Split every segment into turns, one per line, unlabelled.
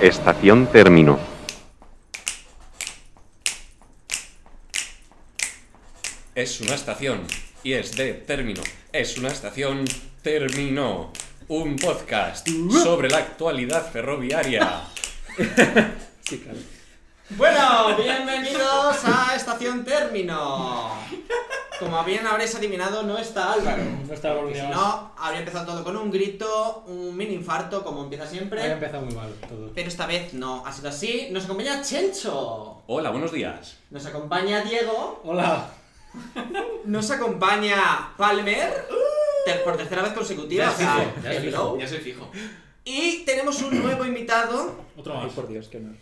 Estación término.
Es una estación y es de término. Es una estación término. Un podcast sobre la actualidad ferroviaria.
Sí, claro.
Bueno, bienvenidos a Estación Término. Como bien habréis adivinado, no está Álvaro.
No estaba
Si
volviendo.
no, habría empezado todo con un grito, un mini infarto, como empieza
Había
siempre.
empezado muy mal todo.
Pero esta vez no, ha sido así. Nos acompaña Chencho.
Hola, buenos días.
Nos acompaña Diego.
Hola.
Nos acompaña Palmer. Te- Por tercera vez consecutiva.
Ya
o
es
sea,
fijo, ya es
hello.
fijo, ya soy fijo.
Y tenemos un nuevo invitado.
Otro
Ah.
más.
por Dios, que no.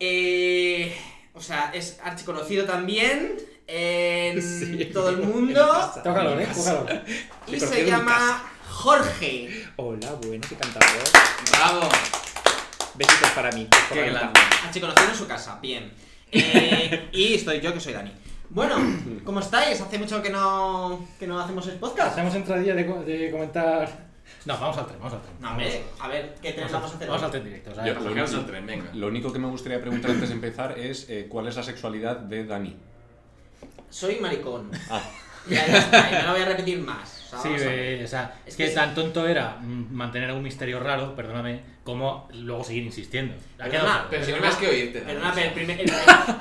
eh, o sea, es archiconocido también. En
Sí.
todo el mundo.
Tócalo, eh. Tócalo.
Y
Te
se
conocieron en
llama Jorge.
Hola, buenas y cantador.
Bravo,
Besitos para mí.
qué grande.
Archiconocido en su casa, bien. Eh, y estoy yo, que soy Dani. Bueno, ¿cómo estáis? Hace mucho que no, que no hacemos el podcast.
Hacemos entradilla de, co- de comentar.
No, vamos al tren, vamos al tren.
No, hombre, a ver, ¿qué tenemos vamos a hacer?
Vamos al
hoy?
tren directo. O sea,
Yo-
vamos
lo,
al
Vamos
único,
al tren, venga.
lo único que me gustaría preguntar antes de empezar es eh, cuál es la sexualidad de Dani.
Soy maricón.
Ah.
Ya, ya está, y no lo voy a repetir más. O sea,
Sí,
vamos a ver.
eh, o sea,
Es
es
que
que
sí.
tan tonto era mm, mantener un misterio raro, perdóname, como luego seguir insistiendo. Ha quedado
Perdona,
claro.
Pero si no
Perdona.
me has que oírte. Dani.
Perdona, pero el, primer- el-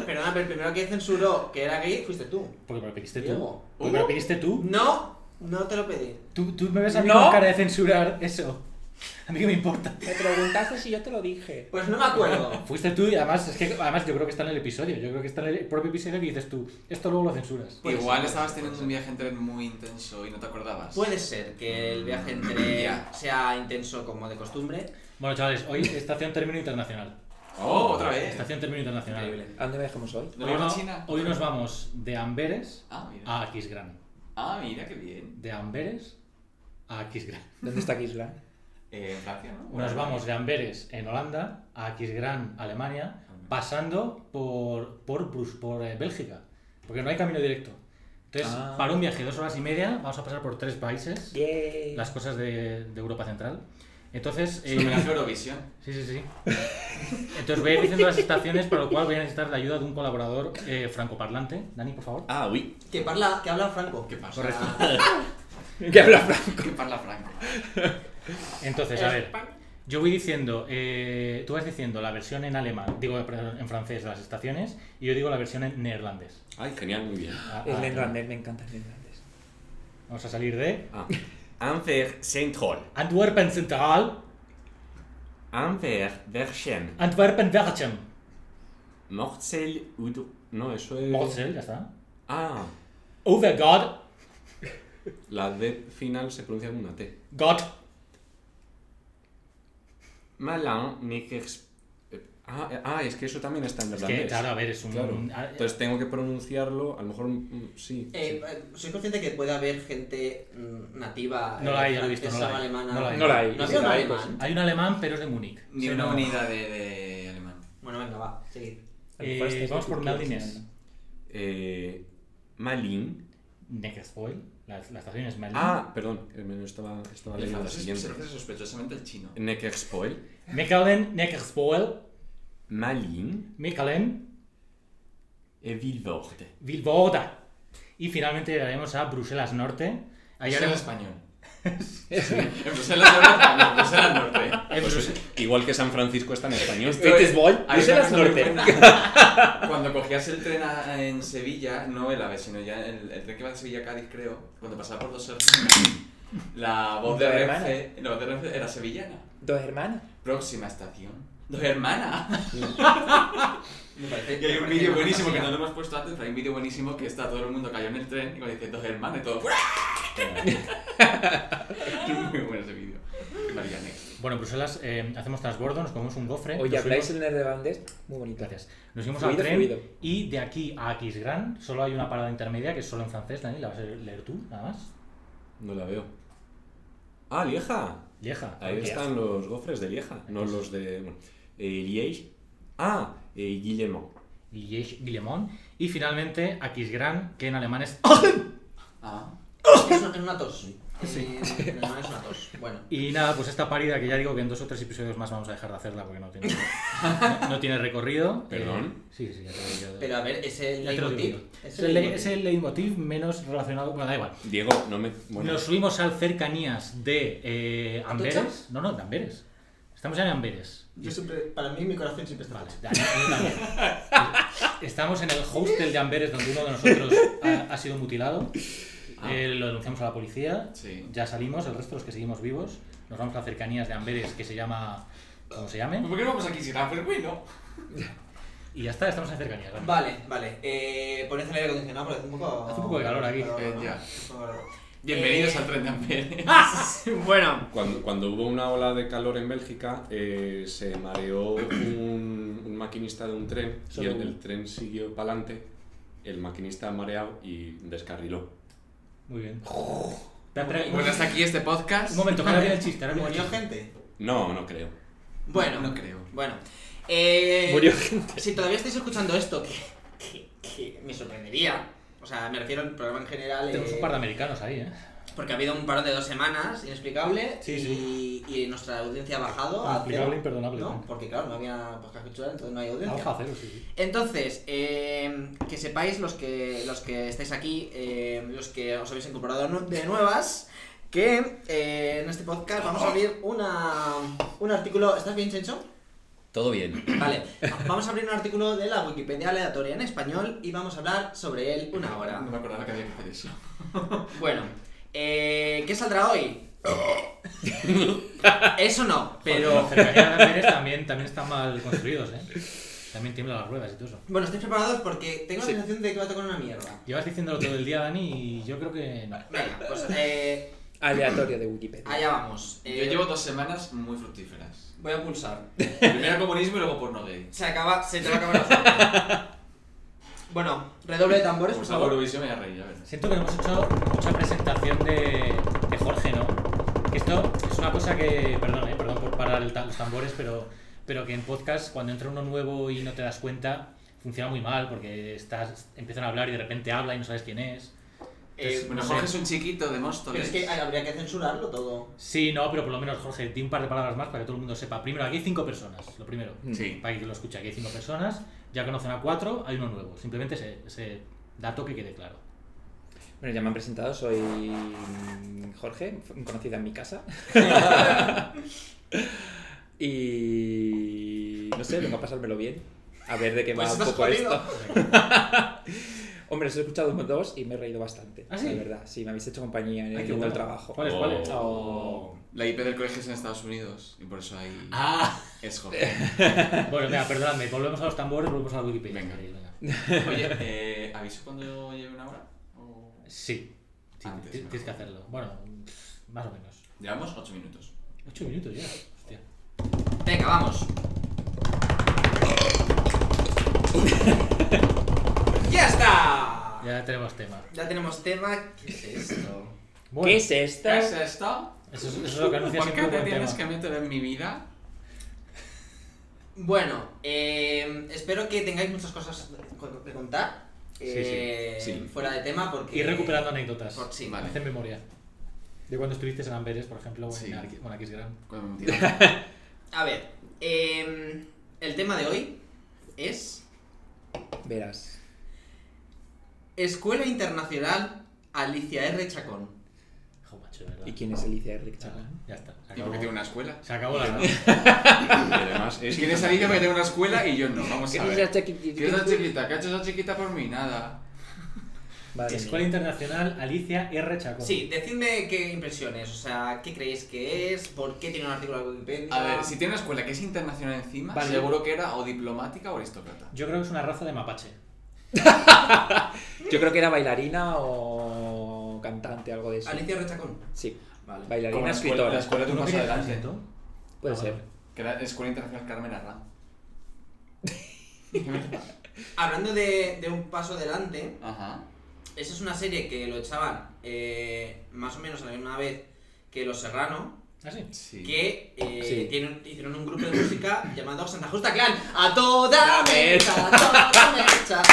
perdona, pero el primero que censuró que era gay fuiste tú.
Porque me lo pediste tú.
Diego.
Porque
Uh.
me lo pediste tú.
No, no te lo pedí.
Tú, tú me ves a mí
No.
con cara de censurar eso. A mí que me importa.
Me preguntaste si yo te lo dije.
Pues no me acuerdo.
Fuiste tú y además, es que, además yo creo que está en el episodio. Yo creo que está en el propio episodio que dices tú. Esto luego lo censuras.
Puede
Igual
ser,
estabas
puede
teniendo un viaje en tren muy intenso y no te acordabas.
Puede ser que el viaje entre
Ya.
sea intenso como de costumbre.
Bueno, chavales, hoy estación término internacional.
Oh, otra vez.
Estación término internacional.
Increíble.
¿A dónde viajamos hoy?
¿No
Hoy,
vamos
no-
a China?
hoy nos vamos de Amberes
Ah, mira.
a Aquisgrán.
Ah, mira, qué bien.
De Amberes a Aquisgrán.
¿Dónde está Kisla?
Eh, en Francia, ¿no?
Nos vamos de Amberes en Holanda a Aquisgrán, Alemania, pasando por, por, Brus- por eh, Bélgica, porque no hay camino directo. Entonces,
Ah.
para un viaje de dos horas y media, vamos a pasar por tres países,
Yay.
las cosas de, de Europa Central. Entonces,
Es
eh,
un homenaje a Eurovisión.
sí, sí, sí. Entonces voy a ir diciendo las estaciones, para lo cual voy a necesitar la ayuda de un colaborador eh, francoparlante. Dani, por favor.
Ah, uy.
Que parla, que habla Franco.
¿Qué pasa?
¿Qué habla Fran?
¿Qué parla Franco?
Entonces, a ver, yo voy diciendo, eh, tú vas diciendo la versión en alemán, digo, perdón, en francés de las estaciones, y yo digo la versión en neerlandés.
Ay, genial, muy bien.
Ah,
El
ah,
neerlandés, me encanta el neerlandés.
Vamos a salir de
Ah. Anver Central.
Antwerpen Central,
Anver Verschen.
Antwerpen Verchen.
Morzel Udo. No, eso es.
Morzel, ya está.
Ah,
Over God,
la D final se pronuncia como una T.
God,
Malan, Nikers. Ah, eh, ah, es que eso también está en
Es
neerlandés.
que, claro, a ver, es un- ah,
Claro.
un- a-
Entonces tengo que pronunciarlo, a lo mejor mm, sí.
Eh, eh, soy consciente que puede haber gente mm, nativa
No
eh,
la hay, ya lo he visto,
francesa
no la
o
hay.
alemana.
No la hay.
No la hay.
¿No ha sido un
Sí, hay,
alemán?
hay un alemán, pero es de Múnich.
Ni
Sí,
una
no.
unidad de, de alemán.
pues.
Bueno, venga, va, seguid.
A lo mejor
Eh,
estáis
vamos
de
por
Turquía,
Malines.
si no,
Eh, Malin.
Neckarpoil, la, la estación es Melin.
Ah, perdón, eh, me estaba, estaba
El
leyendo la
francés se
siguiente.
pronuncia sospechosamente el chino.
Neckerspoil.
Mechelen, Neckarpoil,
Malin.
Mechelen,
E Vilvoorde.
Eh, Vilvoorde. Y finalmente llegaremos a Bruselas Norte. Ahí
Ahí habla
haremos-
español. En Bruselas habla español, en Bruselas norte.
en Bruse-
Pues Igual que San Francisco está en español.
no. It is boy,
Ahí es
Bruselas Norte.
Cuando cogías el tren a- en Sevilla, no el AVE, sino ya el, el tren que va de Sevilla a Cádiz, creo, cuando pasaba por dos horas, la voz de
Dos hermanas.
Renfe, la voz de Renfe era sevillana.
Dos hermanas.
Próxima estación. Dos hermanas.
Me parece-
Y hay un
me parece
vídeo
una
buenísimo que no
fantasía.
lo hemos puesto antes, pero hay un vídeo buenísimo que está todo el mundo callado en el tren y cuando dice dos hermanas y todo. Es muy bueno ese vídeo. María Next.
Bueno, en Bruselas eh, hacemos transbordo, nos comemos un gofre.
Oye,
nos
habláis el
¿Eh? subimos-
neerlandés. Muy bonito.
Gracias. Nos fuimos
Fluido,
al tren
fluido.
y de aquí a Aquisgrán solo hay una parada intermedia que es solo en francés, Dani, la vas a leer tú, nada más.
No la veo. Ah, Lieja.
Lieja.
Ahí
Lieja.
están los gofres de Lieja, no los de. Bueno, eh, Liège. Ah, eh, Guillemot.
Liege, Guillemont. Y finalmente Aquisgrán, que en alemán es...
Ah.
Es una, es una tos. Sí. no, es una tos. Bueno.
Y nada, pues esta parida que ya digo que en dos o tres episodios más vamos a dejar de hacerla porque no tiene, no, no tiene recorrido.
Perdón.
Eh, sí, sí, ya te lo digo.
Pero a ver, es el
Ya te lo
leitmotiv.
digo.
Es
Es
el
el,
leitmotiv.
es el leitmotiv menos relacionado. Bueno, da igual.
Diego, no me. Bueno,
Nos subimos al cercanías de eh, Amberes. No, no, de Amberes. Estamos ya en Amberes.
Yo siempre, para mí mi corazón siempre está
Vale,
hecho.
ya, ya, ya, ya. Estamos en el hostel de Amberes donde uno de nosotros ha, ha sido mutilado.
Ah.
Eh, lo denunciamos a la policía.
Sí.
Ya salimos, el resto de los que seguimos vivos. Nos vamos a cercanías de Amberes que se llama. ¿Cómo se llame?
¿Por qué no vamos aquí sin Hufflepuff, no?
Y ya está, estamos en cercanías. ¿vale?
Vale, vale. Eh, poned el aire acondicionado porque hace un poco.
Hace un poco de calor aquí.
Eh, ya.
Hace un poco de calor.
Bienvenidos
Eh,
al tren de Amberes.
bueno.
Cuando, cuando hubo una ola de calor en Bélgica, eh, se mareó un, un maquinista de un tren y
Solo
el,
uno.
el tren siguió para adelante, el maquinista mareado y descarriló.
Muy bien. Espera, espera, un-
Bueno, hasta aquí este podcast.
Un momento, ahora viene el chiste. Ahora viene el
¿Murió
chiste.
gente?
No, no creo.
Bueno.
No creo.
Bueno. Eh,
Murió gente.
Si todavía estáis escuchando esto, que, que- que me sorprendería. O sea, me refiero al programa en general. eh,
Tenemos un par de americanos ahí, ¿eh?
Porque ha habido un parón de dos semanas, inexplicable,
Sí,
y, y nuestra audiencia ha bajado a
Inexplicable,
cero,
imperdonable,
¿no?
¿no?
Porque claro, no había podcast cultural, entonces no hay audiencia.
Alfa cero, sí, sí.
Entonces, eh, que sepáis los que, los que estáis aquí, eh, los que os habéis incorporado nu- de nuevas, que eh, en este podcast vamos a abrir una, un artículo... ¿Estás bien, Chencho?
Todo bien.
Vale, vamos a abrir un artículo de la Wikipedia aleatoria en español y vamos a hablar sobre él una hora.
No me acordaba que había que hacer eso.
Bueno, eh, ¿qué saldrá hoy? Eso no, pero...
Los cercanías de Amberes también, también están mal construidos, ¿eh? También tiemblan las ruedas y todo eso.
Bueno, estáis preparados porque tengo la sensación de que va a tocar una mierda.
Llevas diciéndolo todo el día, Dani, y yo creo que no.
Venga, pues eh,
Aleatorio de Wikipedia.
allá vamos. Eh,
Yo llevo dos semanas muy fructíferas.
Voy a pulsar.
Primero comunismo y luego porno gay.
Se acaba, se te va a acabar la fuerza. Bueno, redoble de tambores, por
Pues algo
favor.
Eurovisión me voy a reír, a ver.
Siento que no hemos hecho mucha presentación de, de Jorge, ¿no? Que esto es una cosa que, perdón, ¿eh? perdón por parar el ta- los tambores, pero, pero que en podcast, cuando entra uno nuevo y no te das cuenta, funciona muy mal porque estás, empiezan a hablar y de repente habla y no sabes quién es.
Eh,
Bueno,
no
Jorge es
sé.
un chiquito de
Pero
Móstoles.
es que ay, habría que censurarlo todo.
Sí, no, pero por lo menos, Jorge, di un par de palabras más para que todo el mundo sepa. Primero, aquí hay cinco personas, lo primero.
Sí.
Para que lo escuche, aquí hay cinco personas, ya conocen a cuatro, hay uno nuevo. Simplemente ese, ese dato que quede claro.
Bueno, ya me han presentado, soy mm, Jorge, f- conocido en mi casa. y no sé, vengo a pasármelo bien. A ver de qué
Pues
va
estás
un poco
jodido.
esto. Hombre, os he escuchado uno, dos y me he reído bastante.
¿Ah, sí?
La verdad, sí, me habéis hecho compañía en
Ay,
el,
qué
en
bueno.
el trabajo.
¿Cuál es?
Oh.
¿Cuál es?
Oh.
La IP del colegio es en Estados Unidos y por eso ahí
Ah.
es Jorge.
Bueno, venga, perdonadme, volvemos a los tambores, volvemos a la Wikipedia.
Venga.
queréis, venga.
Oye, eh, ¿aviso cuando lleve una hora? O-
Sí, sí,
Antes,
ti-
mejor.
tienes que hacerlo. Bueno, pff, más o menos.
Llevamos 8 minutos.
Ocho minutos ya. Hostia.
Venga, vamos. ¡Ya
Ah.
está!
Ya tenemos tema.
Ya tenemos tema. ¿Qué es esto?
Bueno,
¿Qué es esto?
¿Qué es esto?
Eso, es, eso es lo que anuncia
¿Por
siempre
qué
un
te
buen
tienes
tema.
que meter en mi vida?
Bueno, eh, espero que tengáis muchas cosas co- que contar. eh,
Sí, sí, sí.
Fuera de tema, porque.
Y recuperando anécdotas.
Por- sí,
Vale.
Hacen memoria. De cuando estuviste en Amberes, por ejemplo, o en
Sí.
Arqui- bueno, aquí es gran.
Cuando me metí-
A ver, eh, el tema de hoy es.
Verás.
Escuela Internacional Alicia R. Chacón.
Jo, macho, de verdad.
¿Y quién es Alicia Eric
Chaval, Ya está. Se
¿Y
acabó,
por qué tengo una escuela?
se acabó la
Y además, es
¿Quieres salir que me tengo una escuela y yo no? Vamos a ver. ¿Qué es esa
Chaco?
chiquita? ¿Qué ha hecho esa chiquita por mí? Nada.
Madre
Escuela
mía.
Internacional Alicia R. Chacón.
Sí, decidme qué impresiones, o sea, qué creéis que es, por qué tiene un artículo de Wikipedia.
A ver, si tiene una escuela que es internacional encima,
Vale.
seguro que era o diplomática o aristócrata.
Yo creo que es una raza de mapache.
Yo creo que era bailarina o cantante, algo de eso.
Alicia R. Chacón.
Sí,
Vale.
Como
bailarina,
la escuela,
escritora.
la escuela de un
¿No
paso
querías
adelante.
acento?
Puede
Ah,
ser.
vale.
Que era Escuela Internacional Carmen Arran.
Hablando de, de un paso adelante,
Ajá.
Esa es una serie que lo echaban eh, más o menos a la misma vez que Los Serrano,
Ah, sí.
Sí.
que eh,
Sí.
tienen- hicieron un grupo de música llamado Santa Justa Clan. A toda mecha, a toda mecha,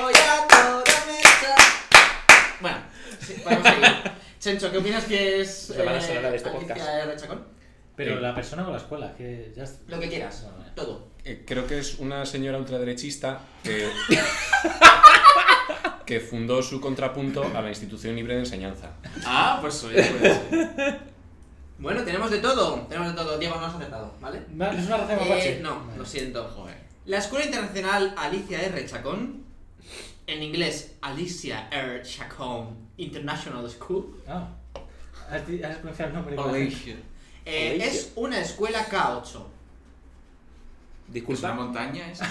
voy a toda mecha. Bueno, sí, vamos a seguir. Sencho, ¿qué opinas que es eh,
La banda sonora de este
Alicia
podcast.
R. Chacón?
Pero
Sí.
la persona o la escuela, que ya es-
Lo que quieras, todo.
Eh, creo que es una señora ultraderechista que, que fundó su contrapunto a la institución libre de enseñanza.
Ah, pues soy. Pues,
Bueno, tenemos de todo, tenemos de todo. Diego, no has acertado, ¿vale?
Ma- ¿Es una raza de mapache?
Eh, no,
Vale.
lo siento. La Escuela Internacional Alicia R. Chacón, en inglés Alicia R. Chacón International School,
Ah. Has, di- has pronunciado el nombre.
Malaysia.
eh,
Alicia.
es una escuela K8.
Es una
Disculpa.
montaña, esa.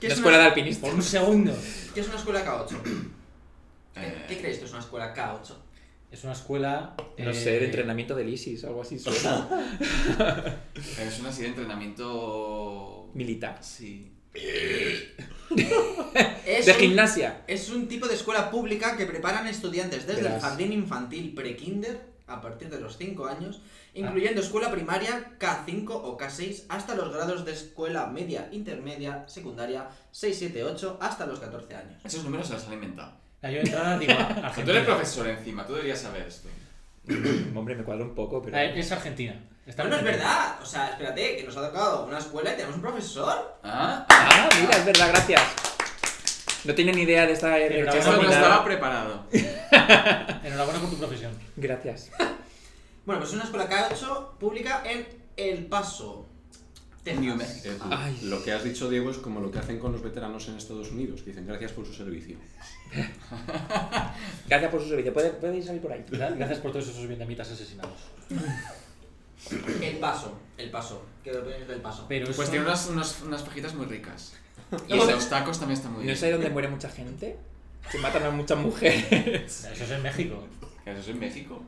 ¿Qué
la
es
escuela de
una,
alpinistas.
Por un segundo.
¿Qué es una escuela K8? ¿Qué,
Eh.
qué creéis que es una escuela K8?
Es una escuela.
No
eh,
sé, de entrenamiento del ISIS, algo así. suena.
Es una así de entrenamiento.
Militar.
Sí.
Es
De
un-
gimnasia.
Es un tipo de escuela pública que preparan estudiantes desde el
Verás.
jardín infantil pre-kinder a partir de los 5 años,
Ah.
incluyendo escuela primaria K5 o K6 hasta los grados de escuela media, intermedia, secundaria 6, 7, 8 hasta los 14 años.
Esos números se los han inventado.
La yo de entrada digo ah,
O sea, tú eres
Argentina.
profesor encima, tú deberías saber esto.
Hombre, me cuadra un poco, pero.
Ah, Es Argentina. Está
Pero no es
bien.
verdad, o sea, espérate, que nos ha tocado una escuela y tenemos un profesor.
Ah,
Ah, mira, es verdad, gracias. No tiene ni idea de esta
Pero
rechazo
eso
no
no
ni nada.
estaba preparado.
Enhorabuena por tu profesión.
Gracias.
Bueno, pues es una escuela K8 pública en El Paso, Texas.
New Mexico.
Eh,
Ay.
Lo que has dicho, Diego, es como lo que hacen con los veteranos en Estados Unidos, que dicen gracias por su servicio.
Gracias por su servicio. Puede, puede salir por ahí.
Gra- Gracias por todos esos vietnamitas asesinados.
El Paso, El Paso. ¿Qué opinas del Paso?
Pero
Pues
eso-
tiene unas, unas, unas fajitas muy ricas. Y
No,
los tacos también están muy
¿No
bien.
es ahí donde muere mucha gente? Se matan a muchas mujeres.
Eso es en México.
Que Eso es en México.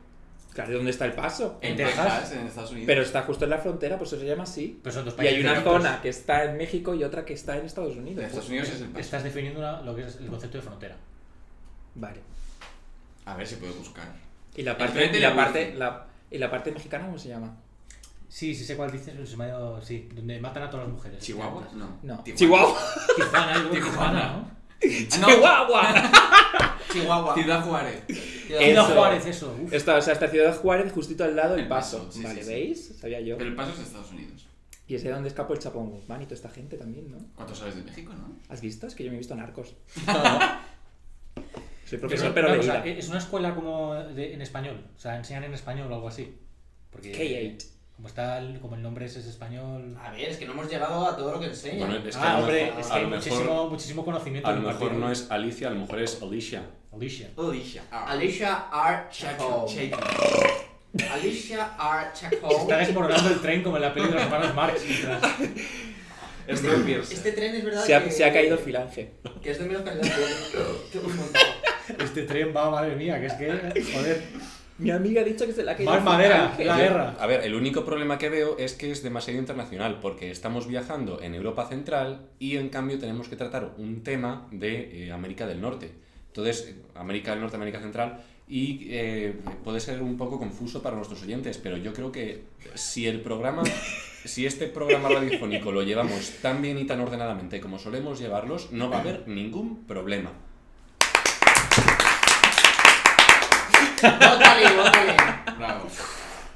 Claro, ¿dónde está el paso?
En Texas.
Ah,
en Estados Unidos.
Pero está justo en la frontera, por eso se llama así.
Pero son dos
Y
países.
hay una
diferentes.
zona que está en México y otra que está en Estados
En
Unidos.
Estados Unidos es el paso.
Estás definiendo una- lo que es el concepto de frontera.
Pues, Vale.
A ver si puedo buscar.
¿Y la
El
parte,
tren de
y la
la
parte,
Virgen.
la- y la parte mexicana cómo se llama?
Sí, sí sé cuál dices, pero se me ha ido- Sí, donde matan a todas las mujeres.
¿Chihuahua? No.
No.
Tijuana.
Tijuana, yo creo que
Tijuana.
Tijuana, ¿no?
Ah, no,
¡Chihuahua!
Chihuahua.
Ciudad Juárez.
Ciudad-
Eso.
Ciudad Juárez, eso. uf.
Está, o sea, está Ciudad Juárez, justito al lado del
El
paso.
Paso, sí,
vale,
sí, sí.
¿veis? Sabía yo.
Pero el paso es de Estados Unidos.
Y es de donde escapó el Chapón Guzmán y toda esta gente también, ¿no?
¿Cuánto sabes de México, no?
¿Has visto? Es que yo me he visto narcos. Soy
Pero,
profesor,
no,
pero,
o
de
sea,
ida.
es una escuela como de- en español. O sea, enseñan en español o algo así. Porque
K8.
Como está el, como el nombre ese es español.
A ver, es que no hemos llegado a todo lo que enseña.
Bueno, es que
ah,
a lo
hombre,
mejor-
es que
a
hay
lo mejor-
muchísimo, muchísimo conocimiento.
A lo
impartido.
mejor no es Alicia, a lo mejor es Alicia.
Alicia.
Alicia.
Alicia R. Chacón. Alicia R.
Se está
Chacón.
desmoronando el tren como en la peli de los hermanos Marx. mientras-
Es de
Este tren es verdad
Se ha,
que...
se ha caído el filange.
Que es de menos calidad que- que un montón.
Este tren va, madre mía, que es que. Joder.
Mi amiga ha dicho que se la ha caído
Más
el
madera,
filange.
la
Yo-
guerra.
A ver, el único problema que veo es que es demasiado internacional, porque estamos viajando en Europa Central y en cambio tenemos que tratar un tema de eh, América del Norte. Entonces, eh, América del Norte, América Central, y eh, puede ser un poco confuso para nuestros oyentes, pero yo creo que si el programa, si este programa radiofónico lo llevamos tan bien y tan ordenadamente como solemos llevarlos, no va a haber ningún problema.
Bótale, bótale.
Bravo.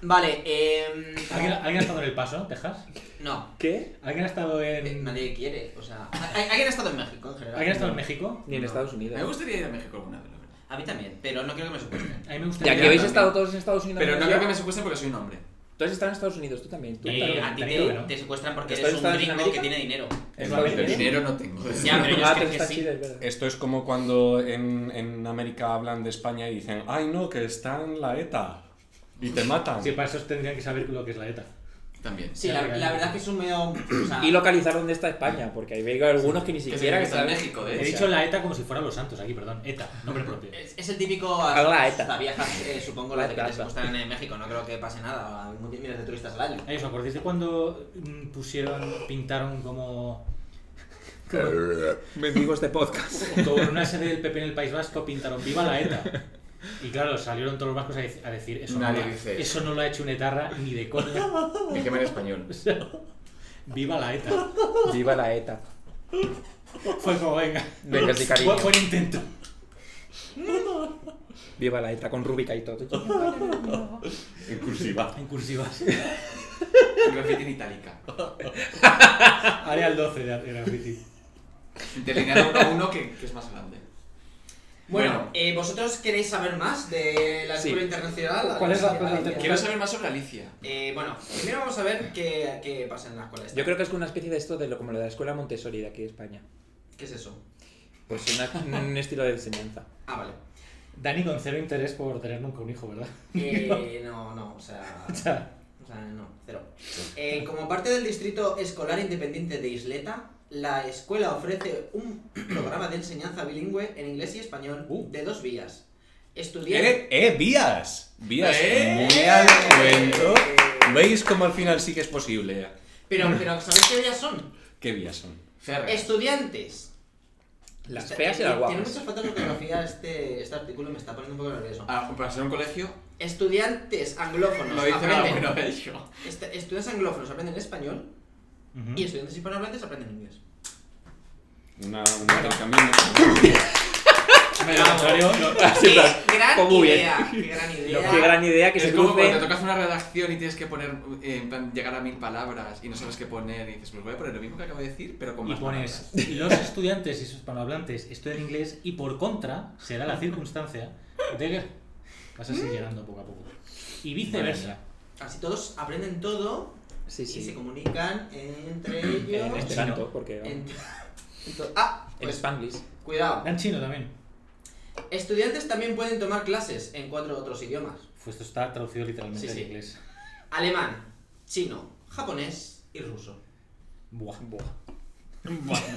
Vale, eh...
¿Alguien, alguien ha estado en El Paso, Texas?
No,
¿Qué?
¿Alguien ha estado
eh,
en.
nadie quiere, o sea... ¿a- a- ¿Alguien ha estado en México en general?
¿Alguien ha estado en México?
Ni en
No.
Estados
Me
Unidos.
gustaría ir a México alguna vez, la verdad.
A mí también, pero no creo que me
A
supuesten.
mí me
Y
gustaría.
aquí habéis
también.
estado todos en Estados Unidos.
Pero no
menos
creo
yo.
que me supueste porque soy un hombre.
Tú has estado en Estados Unidos, tú también. Tú,
Y-
claro.
A ti
Te digo que
te,
no.
te secuestran porque
¿Estás
eres un
en Estados
gringo
Unidos?
que tiene dinero.
Entonces-
Dinero no tengo. desde
Ya, pero yo
Ah,
es
tú
que- que
estás
sí.
chido, es verdad.
Esto es como cuando en, en América hablan de España y dicen, ay no, que está en la ETA y te matan.
Sí, para eso tendrían que saber lo que es la ETA.
También.
Sí, la, la verdad es que es un medio... O sea,
Y localizar dónde está España, porque ahí veo algunos que ni
Que se
siquiera
cree
que
que está en
saben.
México, de
He
hecho.
dicho la ETA como si fuera los santos aquí, perdón. ETA, nombre propio.
Es, es el típico
la ETA.
hasta viajas, eh, supongo,
La
las de que te
ETA.
secuestran en México. No creo que pase nada. Hay muchos miles de turistas al año.
Ay, ¿Os acordáis de cuando mm, pusieron, pintaron como.
Mendigos de podcast.
Como en una sede del PP en el País Vasco pintaron viva la ETA. Y claro, salieron todos los vascos a, dec- a decir eso no,
Nadie
lo ha-
dice
eso no lo ha hecho un etarra ni de coña.
Déjeme en español.
Viva la ETA.
Viva la ETA.
Fue como, venga.
Venga, sí, cariño.
Buen, buen intento.
Viva la ETA con rúbica y todo.
En cursiva.
En cursivas.
Un graffiti en itálica.
Haré al 12 de de graffiti.
Delineado uno a uno que, que es más grande.
Bueno,
Bueno.
eh, ¿vosotros queréis saber más de la
Sí.
escuela internacional?
¿Cuál es la- cuál
Sí,
es la
vale,
alternativa?
Quiero saber más sobre Alicia.
Eh, bueno, primero vamos a ver qué, qué pasa en la escuela esta.
Yo creo que es una especie de esto de lo, como lo de la escuela Montessori de aquí de España.
¿Qué es eso?
Pues una- un estilo de enseñanza.
Ah, vale.
Dani con cero interés por tener nunca un hijo, ¿verdad?
Eh, no, no, o sea...
O sea,
O sea, no, cero. Eh, como parte del Distrito Escolar Independiente de Isleta, la escuela ofrece un programa de enseñanza bilingüe en inglés y español
Uh.
de dos vías. Estudiar...
¡Eh, eh, vías! Vías
¡Eh!
muy al cuento.
Eh,
¿Veis cómo al final sí que es posible?
Pero, pero, ¿sabéis qué vías son?
¿Qué vías son?
Ferre.
Estudiantes.
Las
Está-
feas y
tiene-
las
Tiene
guapas.
muchas faltas de ortografía este, este artículo y me está poniendo un poco nervioso.
Ah, para ser un colegio,
Estudiantes anglófonos
lo dice nada
aprenden...
bueno de ello.
est- estudiantes anglófonos aprenden español
ujú.
y estudiantes hispanohablantes aprenden inglés.
Una, un intercambio.
Me
Lo contrario, lo-
Sí, en plan,
¡Qué gran
pues muy bien.
idea! ¡Qué gran idea!
Qué gran idea que
es
se
como
cruce.
cuando tocas una redacción y tienes que poner, eh, en plan, llegar a mil palabras y no sabes qué poner y dices, pues voy a poner lo mismo que acabo de decir, pero con
Y
más
pones,
palabras.
los estudiantes y sus hispanohablantes estudian inglés y por contra se da la circunstancia de que vas a seguir llegando poco a poco. Y viceversa.
Así todos aprenden todo
Sí,
y se
sí.
comunican entre
En
ellos.
este-
esperanto, porque vamos,
Ent- Ento- ah,
en
pues,
spanglish.
cuidado.
Dan chino también.
Estudiantes también pueden tomar clases en cuatro otros idiomas:
Pues esto está traducido literalmente
Sí,
al
sí.
inglés.
alemán, chino, japonés y ruso.
Buah.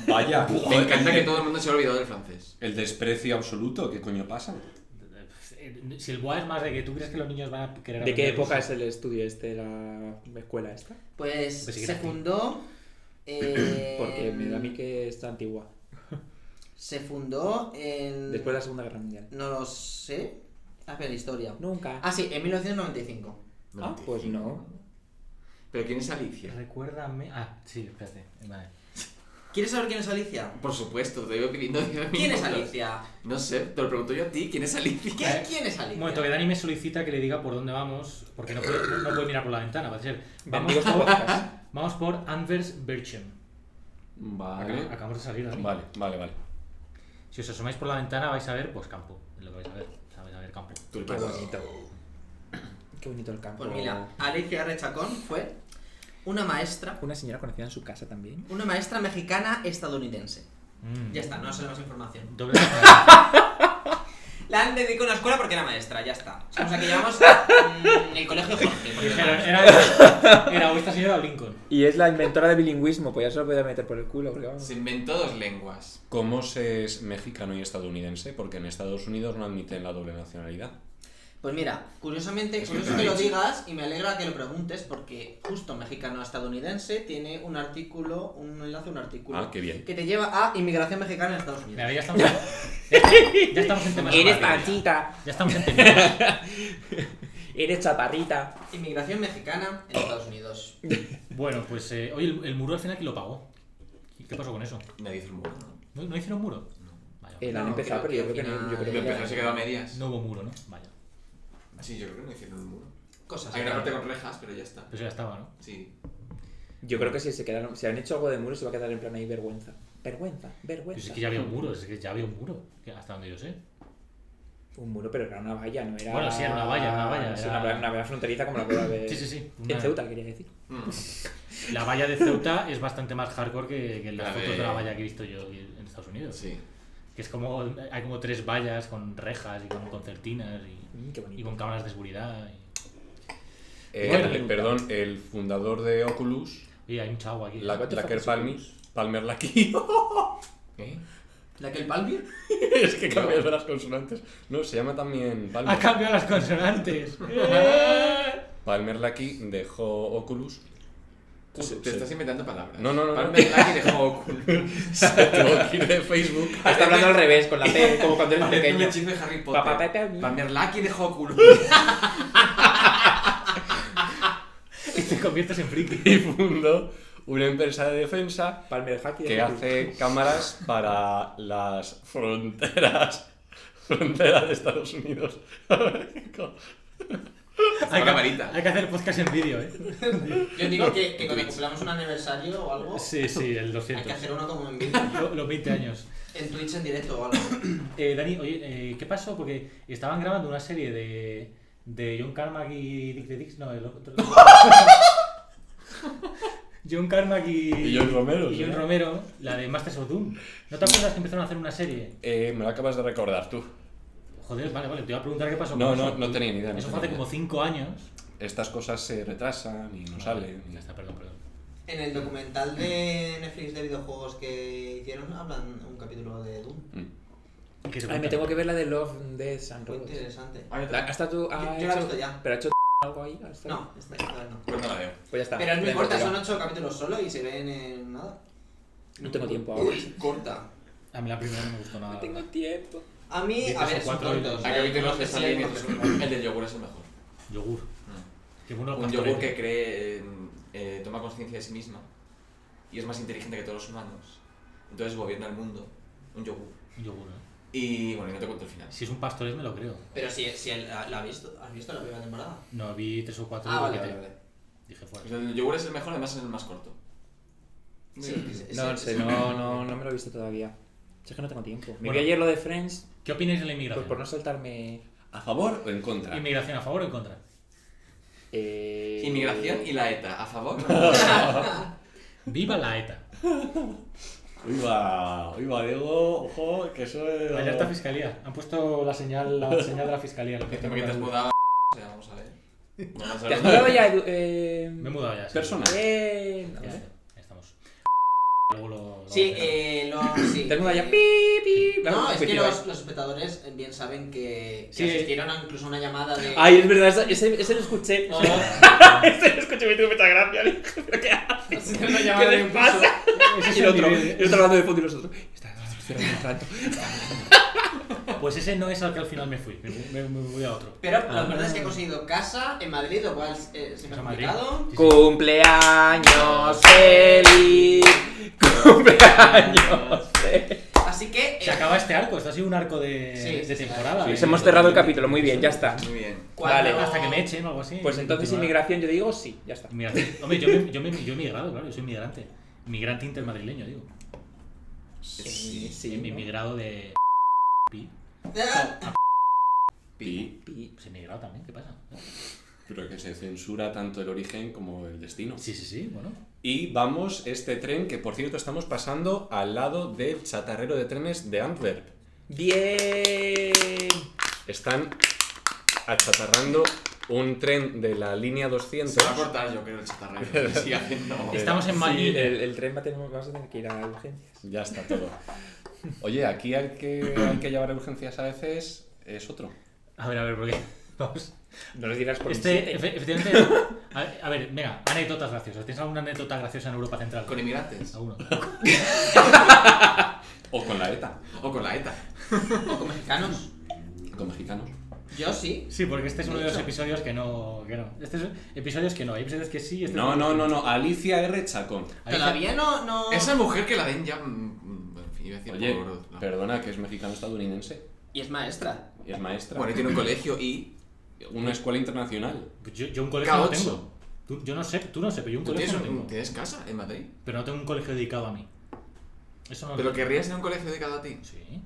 Vaya,
Me encanta que todo el mundo se ha olvidado del francés.
El desprecio absoluto, ¿qué coño pasa?
Eh, Si el guay es más de que tú crees que los niños van a querer
¿De qué
aprender
época es
ruso.
el estudio este, la escuela esta?
Pues,
Pues sí que
se
era-
fundó. eh,
Porque me da a mí que está antigua.
Se fundó en.
Después de la Segunda Guerra Mundial.
No lo sé. A ver, historia.
Nunca.
Ah, sí, en 1995.
Ah, pues no.
¿Pero quién es Alicia?
Recuérdame. Ah, sí, espérate. Vale.
¿Quieres saber quién es Alicia?
Por supuesto, te veo pidiendo diez
¿Quién es
minutos.
Alicia?
No sé, te lo pregunto yo a ti, ¿quién es Alicia?
¿Qué- ¿Quién es
Un ¿Eh? momento, que
Alicia?
Dani me solicita que le diga por dónde vamos, porque no puede, no puede mirar por la ventana, va a ser. Vamos
Bendigo este
por,
podcast.
vamos por Anvers Birchem. Acab-
Vale.
Acabamos de salir, Dani.
Vale, vale, vale.
Si os asomáis por la ventana vais a ver, pues campo. Es lo que vais a ver. O sea, vais a ver campo.
Qué bonito. Qué bonito el campo.
Pues mira, Alicia Rechacón fue una maestra,
Una señora conocida en su casa también.
una maestra mexicana estadounidense.
Mm.
Ya está, no sé más información.
Doble nacionalidad.
La han dedicado a una escuela porque era maestra, ya está. Somos aquí llamamos mm, el colegio Jorge. porque era
Dijeron,
maestra.
era, era o esta señora o Lincoln.
Y es la inventora del bilingüismo, pues ya se lo podía meter por el culo. Porque vamos.
Se inventó dos lenguas.
¿Cómo se es mexicano y estadounidense? Porque en Estados Unidos no admiten la doble nacionalidad.
Pues mira, curiosamente,
Es que
curioso que
te lo he
lo
dicho.
digas y me alegra que lo preguntes porque justo mexicano-estadounidense tiene un artículo, un enlace, un artículo
Ah, qué bien.
que te lleva a inmigración mexicana en Estados
Mira,
Unidos.
ya estamos, ya, ya estamos en temas
Eres
varios.
panchita,
Ya estamos en temas.
eres chaparrita.
Inmigración mexicana en Estados Unidos.
Bueno, pues eh, hoy el, el muro al final que lo pagó. ¿Y ¿Qué pasó con eso?
Nadie hizo el muro, ¿no?
¿No, no hicieron muro? Vaya.
Eh, la han
No,
empezado,
creo
pero yo
que
creo que no. Yo
al
creo
Lo
que
final-
empezó y se quedó a medias.
No hubo muro, ¿no? Vaya.
Sí, yo creo que no hicieron un muro.
Cosas.
Hay una
así.
parte con rejas, pero ya está.
Pero eso Pues ya estaba, ¿no?
Sí.
Yo creo que si se quedaron, si han hecho algo de muro se va a quedar en plan ahí vergüenza. Vergüenza,
Pero si
vergüenza.
Pues es que ya había un muro, es que ya había un muro, que hasta donde yo sé.
Un muro, pero era una valla, no era.
Bueno, sí, era una valla, una valla,
Sí,
era-
una, valla- una valla fronteriza como la puede haber.
Sí, sí, sí.
En
Una-
Ceuta, quería decir.
Mm.
La valla de Ceuta es bastante más hardcore que, que las
A
fotos
ver.
de la valla que he visto yo en Estados Unidos.
Sí.
Que es como. Hay como tres vallas con rejas y con concertinas y,
Mm, qué
y
bonito.
con cámaras de seguridad. Y,
Eh,
Bueno.
el- perdón, el fundador de Oculus,
Oye, hay mucha agua aquí.
la,
What the fuck
Lacker
is
Palmi, Palmer Lucky.
¿Eh?
¿La que el Palmir?
es que he cambiado las consonantes. No, se llama también
¡Ha
Palmer.
cambiado las consonantes! ¡Eh!
Palmer Lucky dejó Oculus.
Tú se- te
se-
estás inventando palabras.
No, no, no, no.
Palmer Lucky dejó Oculus.
se tuvo que ir de Facebook.
Está hablando al revés, con la P, como cuando eres
Parece un
pequeño.
hechizo de Harry Potter.
Papá Pepe. mi-
Palmer Lucky dejó Oculus.
Y te conviertes en friki.
Y fundó una empresa de defensa
Palmer Hacky.
que hace cámaras para las fronteras frontera de Estados Unidos.
Hay una varita.
Hay que hacer podcast en vídeo, ¿eh?
Yo digo que, que cuando cumplamos un aniversario o algo,
Sí, sí, el
Oh. hay que
200.
hacer uno como en vivo,
Lo- Los 20 años.
en Twitch en directo o algo.
Eh, Dani, oye, eh, ¿qué pasó? Porque estaban grabando una serie de, de John Carmack y Dick the Dix. No, el otro. John Carmack y,
Y John Romero,
y John
¿sí?
Romero, la de Masters of Doom. ¿No te acuerdas que empezaron a hacer una serie?
Eh, me lo acabas de recordar tú.
Joder, vale, vale, te iba a preguntar qué pasó.
No,
con
no,
eso.
no tenía ni idea, no
Eso fue hace
tenía
como 5 años.
Estas cosas se retrasan y no salen. y
Ya está, perdón, perdón.
En el documental de Netflix de videojuegos que hicieron, hablan un capítulo de Doom.
Mm.
¿Y qué se
Ay, me
cuenta?
tengo que ver la de Love de San
Fue
Robots.
interesante.
Hay otra.
¿Hasta tú
Yo-
has
yo la he
hecho-
visto ya.
¿Pero ha hecho algo ahí? ¿Hasta-
No, esta esta vez no.
Pues no la veo.
Pues ya está.
Pero no
Venga,
importa,
venga.
son 8 capítulos solo y se ven en nada.
No tengo tiempo ahora.
Corta.
A mí la primera no me gustó nada.
No tengo tiempo.
A mí,
Diez
a ver,
o
son
cuatro y-
cortos.
Hay
eh,
capítulos que
no sé si
salen
hay
y
más
entonces
que-
el del yogur es el mejor.
Yogur. Qué bueno los
Un yogur
pastores.
que cree, eh, eh, toma conciencia de sí misma y es más inteligente que todos los humanos. Entonces gobierna el mundo. Un yogur.
Un yogur, ¿eh?
Y bueno, y no te cuento el final.
Si es un pastores me lo creo.
Pero si, si el- la, la has visto, ¿has visto la primera temporada?
No, vi tres o cuatro.
Ah,
y
vale,
quité.
vale, vale.
Dije
Pues
fuera.
el yogur es el mejor, además es el más corto.
Sí, sí, sí,
No, no
sí.
sé, no, no, no me lo he visto todavía. Si Es que no tengo tiempo. Me
Bueno.
vi ayer lo de Friends,
¿Qué opináis de la
pues
inmigración?
por no saltarme.
¿A favor o en contra?
¿Inmigración a favor o en contra?
Eh...
Inmigración y la ETA, ¿a favor?
¡Viva la ETA!
Viva, viva Diego, ojo, que eso es...
Allá está Fiscalía. Han puesto la señal, la señal de la Fiscalía. lo que
Porque te has mudado a... O sea, vamos a ver. No vas a
¿Te has
ver.
mudado ya, Edu? Eh...
Me he mudado ya. sí.
Persona.
Bien.
Ya,
A ver.
está, ya estamos. Luego lo... lo-
Sí, eh, lo, sí.
¿Te has mudado ya? Pues
eh,
Pi, pi.
No,
Vamos,
es que
repetido.
los, los espectadores bien saben que, que
Sí.
asistieron a incluso una llamada de...
Ay, es verdad, ese, ese, ese lo escuché.
No,
ese lo escuché, me tuvo mucha gracia. le dije, ¿Pero qué haces?
una llamada
¿Qué
de
les
un
pasa?
eh,
Ese es
Y el
el
otro,
nivel.
el otro hablando de fondo y los otros. Está cerrando el trato.
Pues ese no es al que al final me fui. Me, me- me voy a otro.
Pero la
Ah.
verdad es que he conseguido casa en Madrid, lo cual eh, se me
Es a
ha
Madrid.
complicado.
Sí, sí.
Cumpleaños feliz. Cumpleaños feliz.
Así que... eh,
Se acaba este arco. Esto ha sido un arco de,
Sí,
de
sí, sí.
temporada.
Sí,
¿eh?
Pues hemos cerrado el capítulo, muy bien, ya está.
Muy bien.
cuando-
Vale.
Hasta que me echen o algo así.
Pues entonces
Continuar.
inmigración yo digo sí, ya está.
Inmigrante. Hombre, yo, me- yo, me- yo he migrado, claro, yo soy migrante. Migrante intermadrileño, digo.
Sí,
He
¿no?
migrado de. Pi.
Pi,
Pi.
Pues he migrado también, ¿qué pasa?
pero que se censura tanto el origen como el destino.
Sí, sí, sí, bueno.
Y vamos este tren que, por cierto, estamos pasando al lado del chatarrero de trenes de Antwerp.
Bien.
Están achatarrando un tren de la línea 200.
Se va a cortar, yo creo, el chatarrero. Si hacen, no.
Estamos en
Sí,
Madrid.
el, el tren va a tener, vamos a tener que ir a urgencias.
Ya está todo. Oye, aquí al que hay que llevar a urgencias a veces es otro.
A ver, a ver, porque. Vamos.
No lo dirás por un
Este,
siete.
efe- efectivamente. A ver, a ver, venga, anécdotas graciosas. ¿Tienes alguna anécdota graciosa en Europa Central?
Con inmigrantes.
¿Alguno?
O con la ETA,
O con la ETA.
o con mexicanos.
con mexicanos.
Yo sí.
Sí, porque este es uno de los episodios que no. Que no. Este es episodios que no. Hay episodios que sí. Este
No, no, no, no. Alicia R. Chacón.
Ahí
Todavía no...
Ah.
no...
Esa mujer que la den ya. mm, mm, En fin, iba a decir.
Oye,
por- no.
perdona, que es mexicano-estadounidense.
Y es maestra.
Y es maestra.
Bueno, y tiene un colegio y.
Una escuela internacional.
Yo, yo un colegio no
K8.
tengo. Tú- yo no sé, tú no sé, pero yo un
¿Tú
colegio
tienes,
no
un-
tengo.
tienes casa en Madrid?
Pero no tengo un colegio dedicado a mí. Eso no
¿Pero
que
querrías tener un colegio dedicado a ti?
Sí.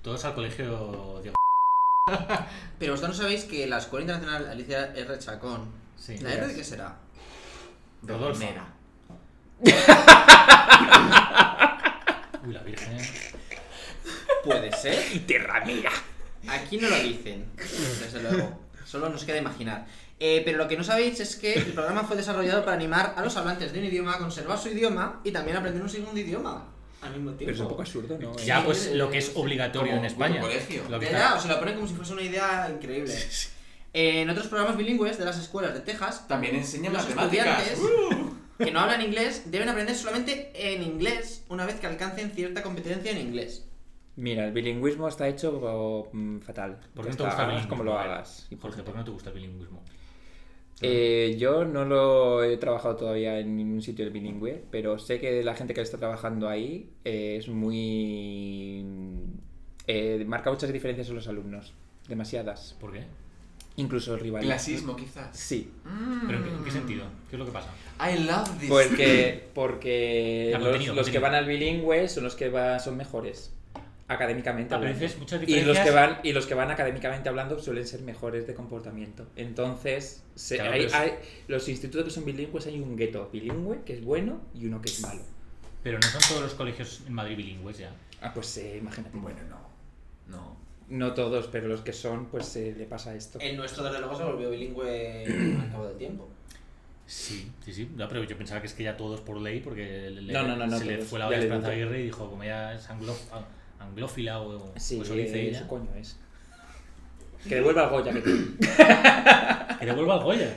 Todos al colegio Diego.
Pero vosotros no sabéis que la Escuela Internacional Alicia R. Chacón...
Sí.
¿La R de qué será?
Rodolfo.
Mera.
Uy, la Virgen.
Puede ser.
Terramera.
Aquí no lo dicen, desde luego. Solo nos queda imaginar. Eh, pero lo que no sabéis es que el programa fue desarrollado para animar a los hablantes de un idioma a conservar su idioma y también aprender un segundo idioma al mismo tiempo.
Pero es un poco absurdo, ¿no?
Ya, pues lo que es obligatorio
Como
en España.
un colegio.
Lo que
Ya,
está-
ya, o se la ponen como si fuese una idea increíble. Eh, en otros programas bilingües de las escuelas de Texas,
También enseñan
los
matemáticas.
estudiantes que no hablan inglés deben aprender solamente en inglés una vez que alcancen cierta competencia en inglés.
Mira, el bilingüismo está hecho oh, mm, fatal.
¿Por qué no
Ya
te
está,
gusta el
hagas
bilingüismo?
como lo
A ver,
hagas. Y
Jorge, ¿por qué no te gusta el bilingüismo?
Eh, yo no lo he trabajado todavía en ningún sitio bilingüe, pero sé que la gente que está trabajando ahí eh, es muy eh, marca muchas diferencias en los alumnos. Demasiadas.
¿Por qué?
Incluso rivales.
Uh, Clasismo, quizás.
Sí.
¿Pero
Mm.
en qué, en qué sentido? Pues ¿Qué es lo que pasa?
I love this.
Porque, porque
Ya,
los,
contenido,
los que
contenido.
van al bilingüe son los que va- son mejores. Académicamente
Ah, pero
hablando.
dices muchas
y los
diferencias.
que van y los que van académicamente hablando suelen ser mejores de comportamiento entonces se-
Claro,
hay-
pero es-
hay- los institutos que son bilingües hay un gueto bilingüe que es bueno y uno que es malo
Pero no son todos los colegios en Madrid bilingües ya.
ah pues eh, imagínate
Bueno, no. No.
no todos pero los que son pues eh, le pasa esto
El nuestro, desde luego, se volvió bilingüe al cabo del tiempo.
Sí, sí, sí. No, pero yo pensaba que es que ya todos por ley, porque le-
No, no, no, no,
se le
todos.
fue la
Ya
olla a
le
Esperanza
digo.
Aguirre y dijo, como ella es anglo- ah, anglófila o, o
pues
sí
eso dice
eh,
ella,
su coño es que devuelva al goya que
que devuelva al Goya.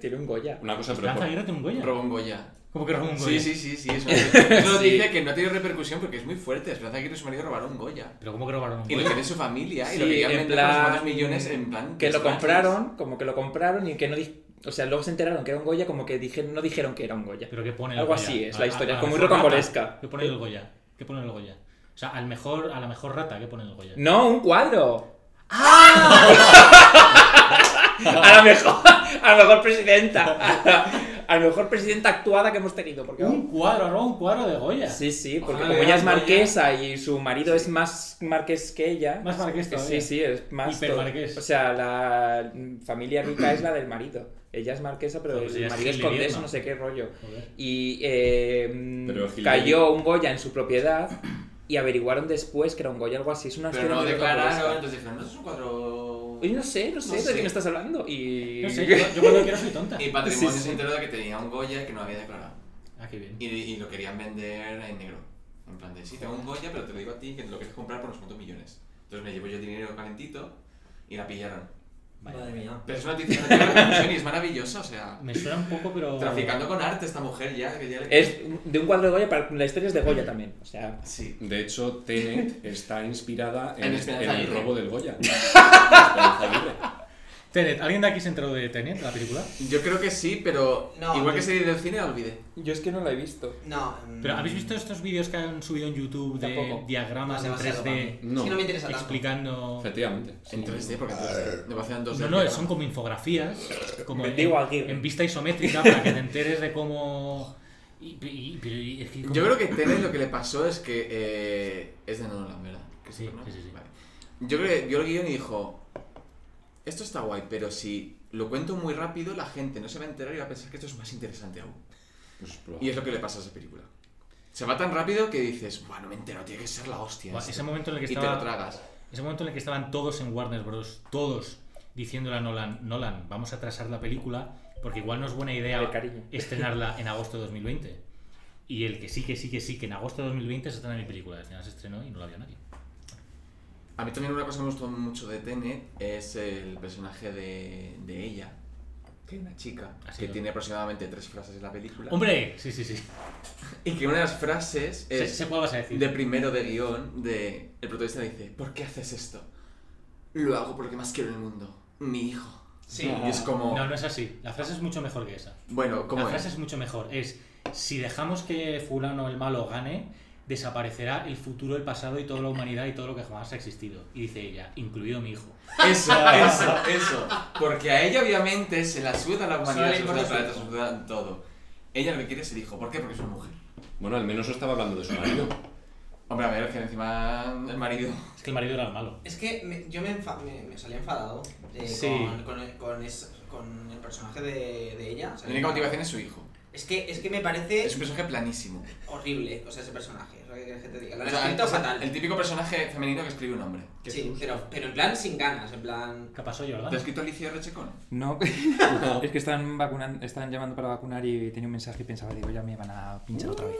tiene un goya
Una cosa, pero
Esperanza
por-
Aguirre tiene un Goya.
Robo un Goya.
¿Cómo que robó un
Sí,
Goya?
sí, sí, sí. Es una es una noticia que no ha tenido repercusión porque es muy fuerte. Esperanza Aguirre y su marido robaron un Goya.
¿Pero cómo que robaron un
Y lo
Goya?
que de su familia y
Sí,
lo que ya
en
vender por unos
plan-
cuantos millones en plan.
que lo
extranjis.
compraron como que lo compraron y que no di- o sea luego se enteraron que era un goya como que dije, no dijeron que era un goya
¿Pero qué pone el
algo
Goya?
así es
A-
la
a-
historia
a
es
la
como muy
mejor rata.
rocambolesca
¿Qué pone el Goya? ¿Qué pone el Goya? O sea, al mejor, a la mejor rata, ¿qué pone el Goya?
No, un cuadro. a la mejor, a la mejor presidenta. A la, a la mejor presidenta actuada que hemos tenido. Porque,
Un cuadro, roba un cuadro de Goya.
Sí, sí, porque
Ah,
Ojalá
como
le
ella es
hagan
marquesa y su marido es más marqués que ella.
Más marqués todavía.
Sí, sí, es más. todo.
Hipermarqués.
O sea, la familia rica es la del marido. Ella es marquesa, pero
Pues ella
el
es
marido es
Hilary
condés,
Edman.
no sé qué rollo.
Joder.
Y eh,
Pero Hilary-
cayó un Goya en su propiedad y averiguaron después que era un Goya, algo así. Es una
Pero
historia
no
muy
declararon,
rocambolesca.
entonces dijeron, no, es un cuadro.
Oye, no sé, no sé
No
de
sé.
qué me estás hablando. Y.
No sé, yo, yo cuando quiero soy tonta.
Y patrimonio
Sí, sí.
se enteró de que tenía un Goya que no había declarado.
Ah, qué bien.
Y, y lo querían vender en negro. En plan de, sí, tengo un Goya, pero te lo digo a ti que te lo quieres comprar por unos cuantos millones. Entonces me llevo yo el dinero calentito y la pillaron.
Vale.
Madre mía.
Pero es una noticia que no tiene repercusión y es maravillosa, o sea.
Me suena un poco, pero.
Traficando con arte esta mujer ya, que ya le...
Es de un cuadro de Goya, para la historia es de Goya también. O sea.
Sí.
De hecho, Tenet está inspirada en,
En Esperanza
en el
Aguirre.
robo del Goya. Esperanza Aguirre.
Tenet, ¿alguien de aquí se enteró de Tenet, la película?
Yo creo que sí, pero
No, yo-
igual que serie del cine, la olvidé.
Yo es que no la he visto.
No.
¿Pero
mm,
habéis visto estos vídeos que han subido en YouTube de
Tampoco.
diagramas
Ah,
no,
en
demasiado para
3D
mí. Es que no
No,
me interesa tanto.
explicando.
Efectivamente. sí.
En 3D, porque entonces me pasan dos
No, no, son como infografías, como en,
Bendigo a Aguirre.
en vista isométrica para que te enteres de cómo. y- y- pero y- es que como-
Yo creo que Tenet lo que le pasó es que... eh, es de Nolan, ¿verdad?
Sí,
Christopher Nolan.
sí, sí, sí.
Vale. Yo creo que vio el guión y dijo... Esto está guay, pero si lo cuento muy rápido, la gente no se va a enterar y va a pensar que esto es más interesante aún.
Pues,
Y
probable.
es lo que le pasa a esa película. Se va tan rápido que dices, bueno, me entero, tiene que ser la hostia.
Buah,
esto".
Ese momento en el que
y te lo
estaba.
tragas.
Ese momento en el que estaban todos en Warner Bros. Todos diciéndole a Nolan, Nolan, vamos a atrasar la película, porque igual no es buena idea
Ay, cariño.
estrenarla en agosto de 2020. Y el que sí, que sí, que sí, que en agosto de 2020 se estrena mi película. Al final se estrenó y no la vio nadie.
A mí también una cosa que me gustó mucho de Tenet es el personaje de, de ella, que es una chica,
Así
que
lo-
tiene aproximadamente tres frases en la película.
¡Hombre! Sí, sí, sí.
Y que una de las frases
Sé,
es
sé cuál vas a decir.
Eh, de primero de guión, de, el protagonista dice, ¿por qué haces esto? Lo hago porque más quiero en el mundo, mi hijo.
Sí.
Y es como,
No, no es así. La frase es mucho mejor que esa.
bueno,
La
¿cómo
frase
es?
es mucho mejor. Es, si dejamos que fulano el malo gane, desaparecerá el futuro, el pasado y toda la humanidad y todo lo que jamás ha existido. Y dice ella, incluido mi hijo.
Eso, eso, eso. Porque a ella obviamente se la suda la
Solo
humanidad,
le
se la suda
importa
el
su
planeta,
hijo.
se la suda todo. Ella lo que quiere es el hijo. ¿Por qué? Porque es una mujer.
Bueno, al menos no estaba hablando de su marido.
Hombre, a ver, que encima el marido...
Es que el marido era el malo.
Es que me- yo me, enfa- me, me salí enfadado eh,
Sí.
con, con, el- con es- con el personaje de, de ella.
La única motivación es su hijo.
Es que, es que me parece
Es un personaje planísimo.
horrible, o sea, ese personaje. Es lo que quieres que te diga. Lo
O
han
sea,
escrito
o sea,
fatal.
El típico personaje femenino que escribe un hombre.
Sí, pero, pero en plan sin ganas, en plan...
¿Qué pasó,
¿Te ha
Jordan?
escrito Alicia Rechecón?
No, es que están, vacunando, están llamando para vacunar y tenía un mensaje y pensaba, digo, ya me van a pinchar otra vez.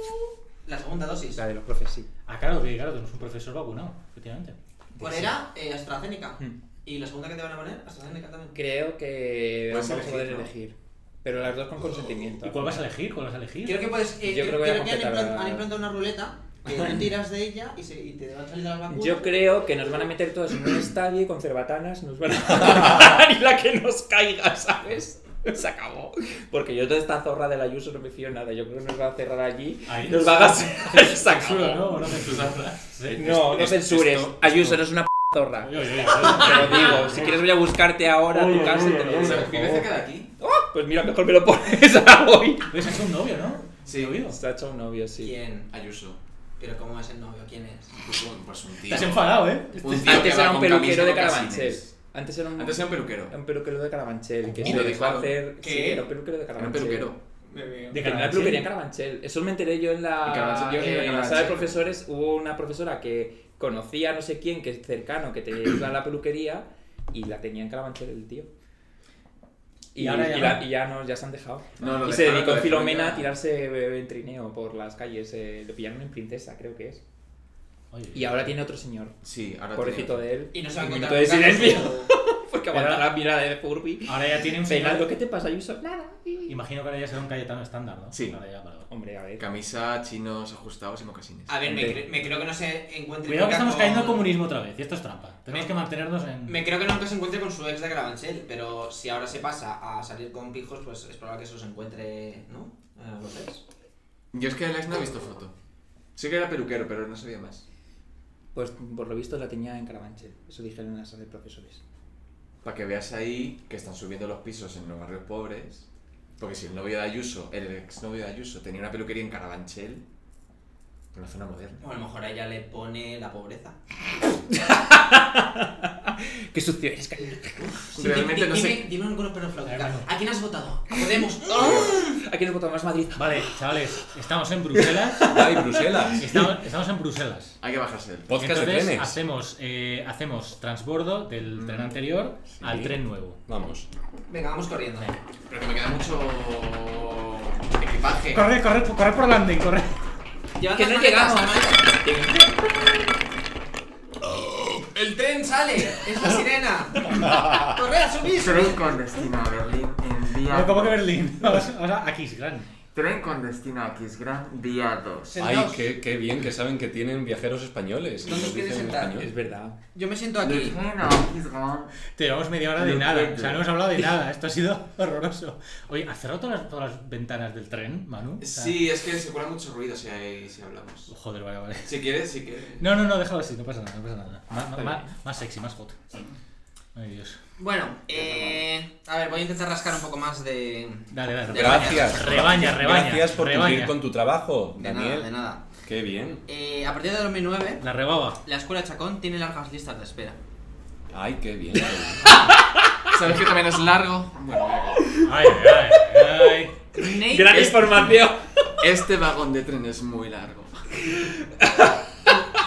La segunda dosis.
La de los profes, sí.
Ah, claro, que claro, tenemos un profesor vacunado, efectivamente.
¿Cuál era? Eh, AstraZeneca.
Hmm.
¿Y la segunda que te van a poner? AstraZeneca también.
Creo que
Puedes
vamos a poder
elegir, ¿no?
elegir. Pero las dos con consentimiento.
¿Y cuál vas a elegir? ¿Cuál vas a elegir?
Creo que puedes... eh, creo,
Yo creo que voy a
creo han,
completar
implan-
la-
han implantado una ruleta que tú tiras de ella y, se- y te van a salir las vacunas.
Yo creo que nos van a meter todos en un estadio y con cerbatanas nos van a... y la que nos caiga, ¿sabes? Se acabó. Porque yo toda esta zorra del Ayuso no me fío nada. Yo creo que nos va a cerrar allí.
Ahí.
Nos va a gastar. Se
Censura,
acabó.
¿no? No censuras. Sí.
No, no
Esto-
censures.
esto-
Ayuso, eres una p zorra.
Oye, oye, oye.
Te lo digo. Si quieres voy a buscarte ahora a tu
Oye,
casa y te lo
oye,
O sea,
digo.
¿Vive cerca de aquí?
Pues mira, mejor me lo pones a hoy.
Pero se ha hecho un novio, ¿no?
Sí.
Lo digo.
Se ha hecho un novio, sí.
¿Quién?
Ayuso.
Pero ¿cómo es el novio? ¿Quién es?
Pues un
Te
tío.
has enfadado, ¿eh?
Un tío que
Antes
va
era un
con
peluquero de
camisa y mocasines.
Carabanchel. Antes era un,
Antes era un peluquero.
era un peluquero de Carabanchel. Que
Y
se
lo
dejó
dejaron.
hacer.
¿Qué?
Sí, era un peluquero de
Era un
Carabanchel.
peluquero.
De
Tenía una
Carabanchel.
peluquería en Carabanchel. Eso lo me enteré yo en la, eh,
En Carabanchel, yo
en
en
la
Carabanchel.
sala de profesores. Hubo una profesora que conocía a no sé quién, que es cercano, que te iba a la peluquería y la tenía en Carabanchel el tío. Y,
Y ahora ya
y
no.
la- y ya, no, ya se han dejado.
No, lo
y se
dejaron,
dedicó
lo
en
dejaron
Filomena
ya.
a tirarse eh, en trineo por las calles. eh, lo pillaron en Princesa, creo que es.
Oye,
Y ahora tiene otro señor.
Sí, ahora
Pobrecito
Ah, tiene-
de él.
Y no se va a
Un
encontrar
minuto de
nunca con
silencio.
su-
Porque
Pero-
aguanta la mirada de Furby.
ahora ya tiene un
Fernando,
señal.
¿qué te pasa, Ayuso? Nada.
Imagino que ahora ya será un Cayetano estándar, ¿no?
Sí.
Ahora ya, vale, vale.
Hombre, a ver.
Camisa, chinos ajustados y mocasines.
A ver, me,
Hombre.
cre- me creo que no se encuentre.
Cuidado que
nunca
estamos
con-
cayendo al comunismo otra vez, y esto es trampa. Tenemos
Me-
que mantenernos en.
Me creo que nunca se encuentre con su ex de Carabanchel, pero si ahora se pasa a salir con pijos, pues es probable que se los encuentre, ¿no? Eh, ¿Los ex?
Yo es que Alex no he visto foto. Sí que era peluquero, pero no sabía más.
Pues por lo visto la tenía en Carabanchel. Eso dijeron en la sala de profesores.
Para que veas ahí que están subiendo los pisos en los barrios pobres. Porque si el novio de Ayuso, el exnovio de Ayuso, tenía una peluquería en Carabanchel, por una zona moderna.
O a lo mejor a ella le pone la pobreza.
Qué sucio eres, cariño.
Realmente no
dime,
sé.
Dime un con
A ver,
flauta.
bueno.
¿A quién has votado? ¿A Podemos? ¡Oh!
Aquí nos votamos más Madrid.
Vale, chavales, estamos en Bruselas.
¡Ay, Bruselas!
Estamos, estamos en Bruselas.
Hay que bajarse del
Podcast de
Entonces,
trenes.
hacemos, eh, hacemos transbordo del tren
Mm.
anterior al tren nuevo.
Vamos.
Venga, vamos corriendo.
Pero que me queda mucho equipaje.
Corre, corre, corre por landing, corre.
Llevad
Que
las
no
maletas,
llegamos.
Amaya. ¡El tren sale! ¡Es la sirena! ¡Correa, subís!
Tren con destino a Berlín en vía
¿Cómo que
2.
Berlín? Vamos, vamos a, aquí es gran.
Tren con destino a Kisgrán, vía 2.
¡Ay,
Sentaos.
qué, qué bien que saben que tienen viajeros españoles!
¿Dónde
Nos
os
dicen
queréis
en
sentar?
español.
Es verdad.
Yo me siento
De
aquí.
tren a Kisgrán.
Te llevamos media hora de nada. O sea, no hemos hablado de nada. Esto ha sido horroroso. Oye, ¿has cerrado todas las, todas las ventanas del tren, Manu? O sea,
Sí, es que se cuela mucho ruido si, hay- si hablamos.
Joder, vale, vale.
Si quieres, si quieres.
No, no, no, déjalo así, no pasa nada, no pasa nada. Má- má- má- más sexy, más hot. Ay, Dios.
Bueno, eh, a ver, voy a intentar rascar un poco más de...
Dale, dale.
Gracias.
Rebaña, rebaña.
Gracias por
rebaña.
cumplir con tu trabajo,
De
Daniel.
nada, de nada.
¡Qué bien!
Eh, a partir de 2009,
La rebaba.
la escuela Chacón tiene largas listas de espera.
¡Ay, qué bien! qué bien.
¿Sabes que también es largo? Bueno, mira,
Ay, ay, ay.
Nate,
Gran
es-
información.
este vagón de tren es muy largo.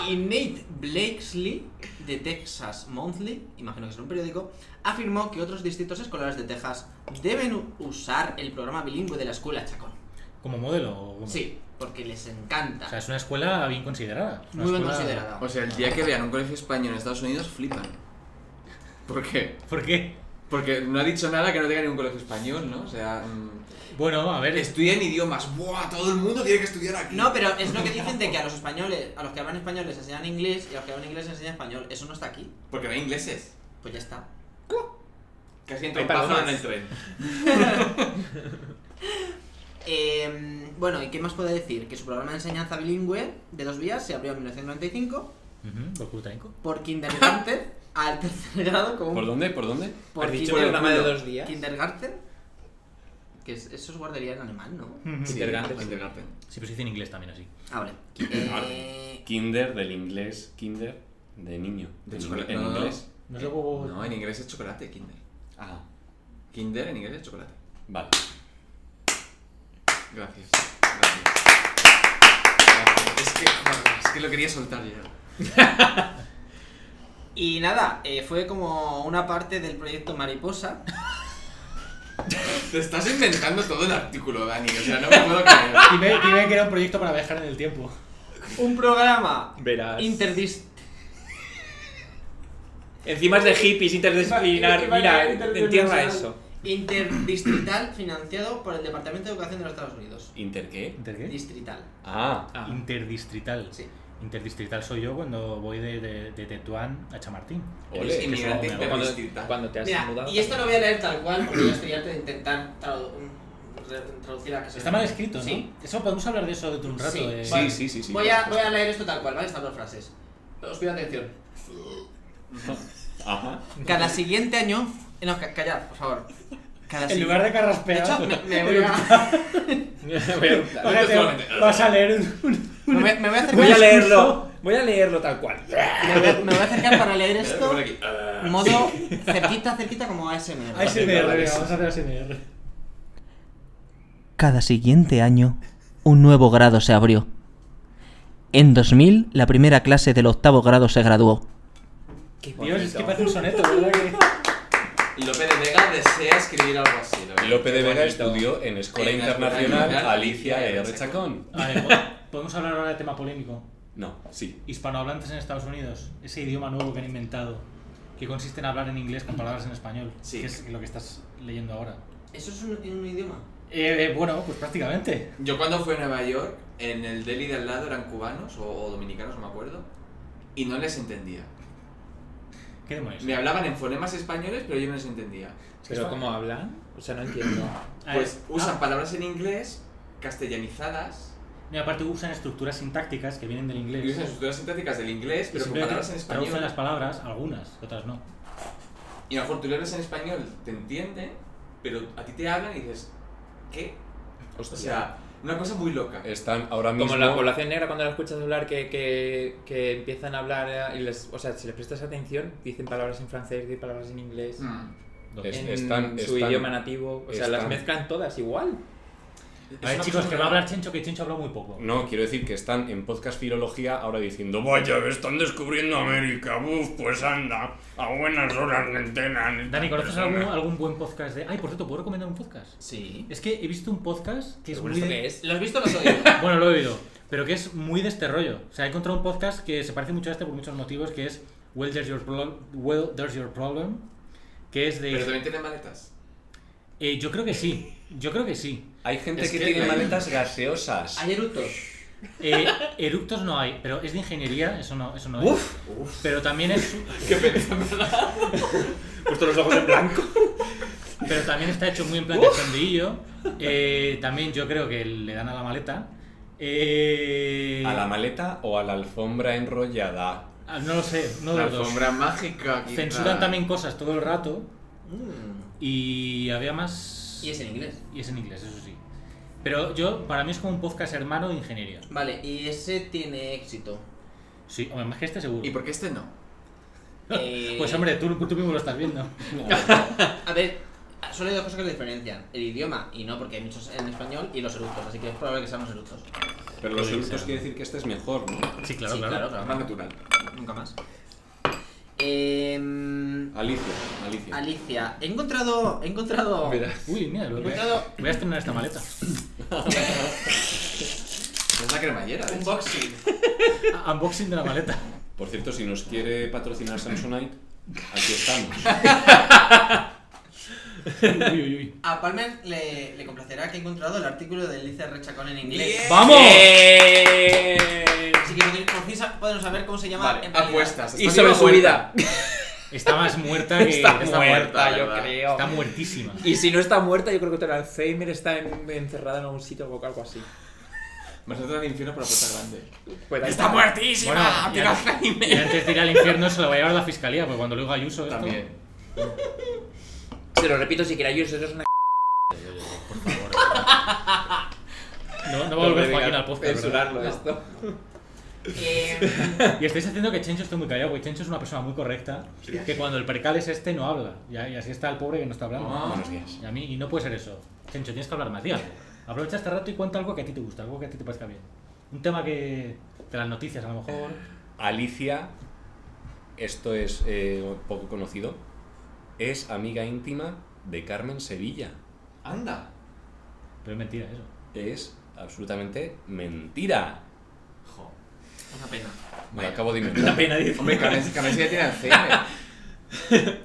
y Nate Blakesley, de Texas Monthly, imagino que es un periódico, afirmó que otros distritos escolares de Texas deben u- usar el programa bilingüe de la escuela Chacón.
Como modelo. o como-
Sí, porque les
O sea,
encanta.
es una escuela bien considerada. Es una
Muy bien
escuela-
considerada.
O sea, el día que vean un colegio español en Estados Unidos, flipan. ¿Por qué?
¿Por qué?
Porque no ha dicho nada que no tenga ningún colegio español, ¿no? O sea, mm,
Bueno, a ver, es-
estudian idiomas. ¡Buah! Todo el mundo tiene que estudiar aquí.
No, pero es lo que dicen de que a los españoles, a los que hablan español les enseñan inglés y a los que hablan inglés les enseñan español. Eso no está aquí.
Porque no hay ingleses.
Pues ya está.
Casi entra
Hay
un pájaro en
palomas.
el tren.
Eh, bueno, ¿y qué más puedo decir? Que su programa de enseñanza bilingüe de dos vías se abrió en 1995
Ujú, por Kurtenko.
por kindergarten al tercer grado como un-
¿Por dónde? ¿por dónde?
por
¿Has dicho
kinder-
programa de dos días?
kindergarten que es- eso es guardería en alemán, ¿no?
Sí,
Kindergarten.
Kindergarten.
Sí, pero se dice en inglés también así.
Ah, vale. Eh,
Kinder del inglés, kinder de niño.
De
en
chocolate.
en
No, no,
inglés.
No sé cómo-
No, en inglés es chocolate, Kinder.
Ah,
Kinder en inglés es chocolate.
vale.
Gracias. Gracias. Gracias. Es que, joder, es que lo quería soltar ya.
y nada, eh, fue como una parte del proyecto Mariposa.
Te estás inventando todo el artículo, Dani. O sea, no me puedo creer.
Dime, dime que era un proyecto para viajar en el tiempo.
Un programa
Verás.
interdis
Encima es de hippies interdisciplinar. Mira, entierra eso.
interdistrital financiado por el Departamento de Educación de los Estados Unidos.
¿Inter qué?
¿Inter qué?
Distrital.
Ah,
Ah,
Interdistrital.
Sí.
Interdistrital soy yo cuando voy de, de, de Tetuán a Chamartín.
Ole,
Eres
que
inmigrante
eso no me
Cuando,
interdistrital.
cuando te has
Mira,
mudado.
y esto lo voy a leer tal cual porque yo estoy harto de intentar tradu- mm, re- traducir a que se
Está mal escrito, ¿no?
Sí.
Eso podemos hablar de eso dentro de un rato.
Sí.
eh.
Sí, sí, sí, sí.
voy,
por
a, voy
supuesto.
a leer esto tal cual, ¿vale? Estas dos frases. Os pido atención.
Ajá.
Cada siguiente año. eh, No, ca- callad, por favor. Cada
En
si-
lugar de
De hecho,
carraspear.
me, me voy a.
Fíjate, vas a leer un- un-
Me voy, me voy a acercar.
Voy a leerlo. Voy a leerlo tal cual.
Me voy, a- me voy a acercar para leer esto.
Por aquí. Ah.
Modo cerquita, cerquita como ASMR.
ASMR. venga, Vamos a hacer ASMR.
Cada siguiente año, un nuevo grado se abrió. En 2000, la primera clase del octavo grado se graduó.
Qué
Dios, es que
bonito.
parece un soneto, ¿verdad? Que...
Lope de Vega desea escribir algo así. ¿no?
Lope de Vega
Bonito.
estudió en Escuela
En la
Internacional
Escuela
Alicia
Internacional
R. Chacón.
A ver, po- podemos hablar ahora de tema polémico.
No, sí.
Hispanohablantes en Estados Unidos, ese idioma nuevo que han inventado, que consiste en hablar en inglés con palabras en español,
Sí.
que es lo que estás leyendo ahora.
¿Eso es un, en un idioma?
Eh, eh, bueno, pues prácticamente.
Yo cuando fui a Nueva York, en el deli de al lado eran cubanos o, o dominicanos, no me acuerdo, y no les entendía.
¿Qué demonios?
Me hablaban en fonemas españoles, pero yo no les entendía.
Pero ¿cómo hablan? O sea, no entiendo.
A ver,
Pues usan palabras en inglés castellanizadas
no, y ah, aparte usan estructuras sintácticas que vienen del inglés.
y usan estructuras sintácticas del inglés, pero con
Simplemente
palabras en
traducen las
español.
palabras, algunas, otras no.
Y a lo mejor tú le hablas en español, te entienden, pero a ti te hablan y dices, ¿qué? O sea, una cosa muy loca.
Están ahora mismo.
Como la población negra cuando la escuchas hablar que, que, que empiezan a hablar eh, y les, o sea, si les prestas atención, dicen palabras en francés, dicen palabras en inglés,
Mm.
Es-
en
están-
su
están-
idioma nativo, o sea, las
están-
mezclan todas igual.
A ver,
una
chicos,
cosa
que va a
rara.
hablar Chencho, que Chencho habla muy poco.
No, quiero decir que están en podcast filología ahora diciendo, vaya, están descubriendo América, buf, pues anda, a buenas horas me enteran.
Dani, ¿conoces algún, algún buen podcast de.? Ay, por cierto, ¿puedo recomendar un podcast?
Sí.
Es que he visto un podcast que es
Pero
muy.
bueno, ¿esto
de-
qué es?
¿Lo has visto o lo has oído?
Bueno, lo he oído, pero que es muy de este rollo. O sea, he encontrado un podcast que se parece mucho a este por muchos motivos, que es Well, There's Your, Problem, well, there's your problem que es
Pero
de...
también tienen maletas.
Eh, yo creo que sí, yo creo que sí.
Hay gente
Es
que,
que-
tiene maletas gaseosas.
Hay eructos.
Eh, eructos no hay, pero es de ingeniería, eso no, eso no
Uf,
es. Pero también es...
puesto los ojos en blanco.
Pero también está hecho muy en plan cachondeillo. Eh, también yo creo que le dan a la maleta. Eh,
¿A la maleta o a la alfombra enrollada?
ah, No lo sé, no de
La
los dos.
alfombra mágica. quizá.
Censuran también cosas todo el rato
Mm.
y había más...
Y es en inglés.
Y es en inglés, eso sí. Pero yo, para mí es como un podcast hermano de ingeniería.
Vale, y ese tiene éxito.
Sí, hombre, más que este seguro.
¿Y por qué este no?
Eh,
Pues hombre, tú, tú mismo lo estás viendo.
A ver, solo hay dos cosas que diferencian: el idioma, y no porque hay muchos en español, y los eructos, así que es probable que sean los eructos.
Pero los
Sí,
eructos
sí.
quiere decir que este es mejor, ¿no?
Sí, claro,
sí,
claro.
Más natural.
Nunca más. Eh,
Alicia, Alicia.
Alicia, he encontrado. He encontrado.
Uy, mira, lo
He
voy
encontrado
a, voy a estrenar esta maleta.
Es la cremallera. de
un
hecho.
boxing.
Ah, Unboxing de la maleta.
Por cierto, si nos quiere patrocinar Samsonite, aquí estamos.
Uy, uy, uy.
A Palmer le, le complacerá que he encontrado el artículo de Alicia Rechacón en inglés.
¡Vamos!
Eh,
Así que por fin- por fin sa- podemos saber cómo se llama
Vale,
en realidad.
apuestas.
Y
Está
sobre
viva
su
muerta.
vida.
Está más muerta que.
Está,
muerta,
muerta,
Ah,
yo
yo creo.
Está muertísima.
Y si no está muerta, yo creo que el Alzheimer está en- encerrada en algún sitio o algo así.
Más natural del infierno por la puerta grande.
Pues ahí
¡Está muertísima!
Bueno, y, an- y antes de ir al infierno se lo va a llevar la fiscalía, porque cuando lo diga Ayuso. esto-
También.
Se lo repito si queréis, eso es una
No, no va a volver Joaquín al podcast. ¿verdad?
Censurarlo esto.
Eh,
Em.
Y estáis haciendo que Chencho esté muy callado, porque Chencho es una persona muy correcta. Que cuando el percal es este, no habla. Y y así está el pobre que no está hablando.
Ah.
Buenos días.
Y a mí, y no puede ser eso. Chencho, tienes que hablar más, di algo. Aprovecha este rato y cuenta algo que a ti te gusta, algo que a ti te parezca bien. Un tema que. de las noticias, a lo mejor.
Alicia, esto es eh, poco conocido, es amiga íntima de Carmen Sevilla.
Anda.
Pero es mentira eso.
Es absolutamente mentira.
Jo.
una pena.
Me lo acabo de inventar.
Hombre, Carmen Carmen sí ya tiene Alzheimer.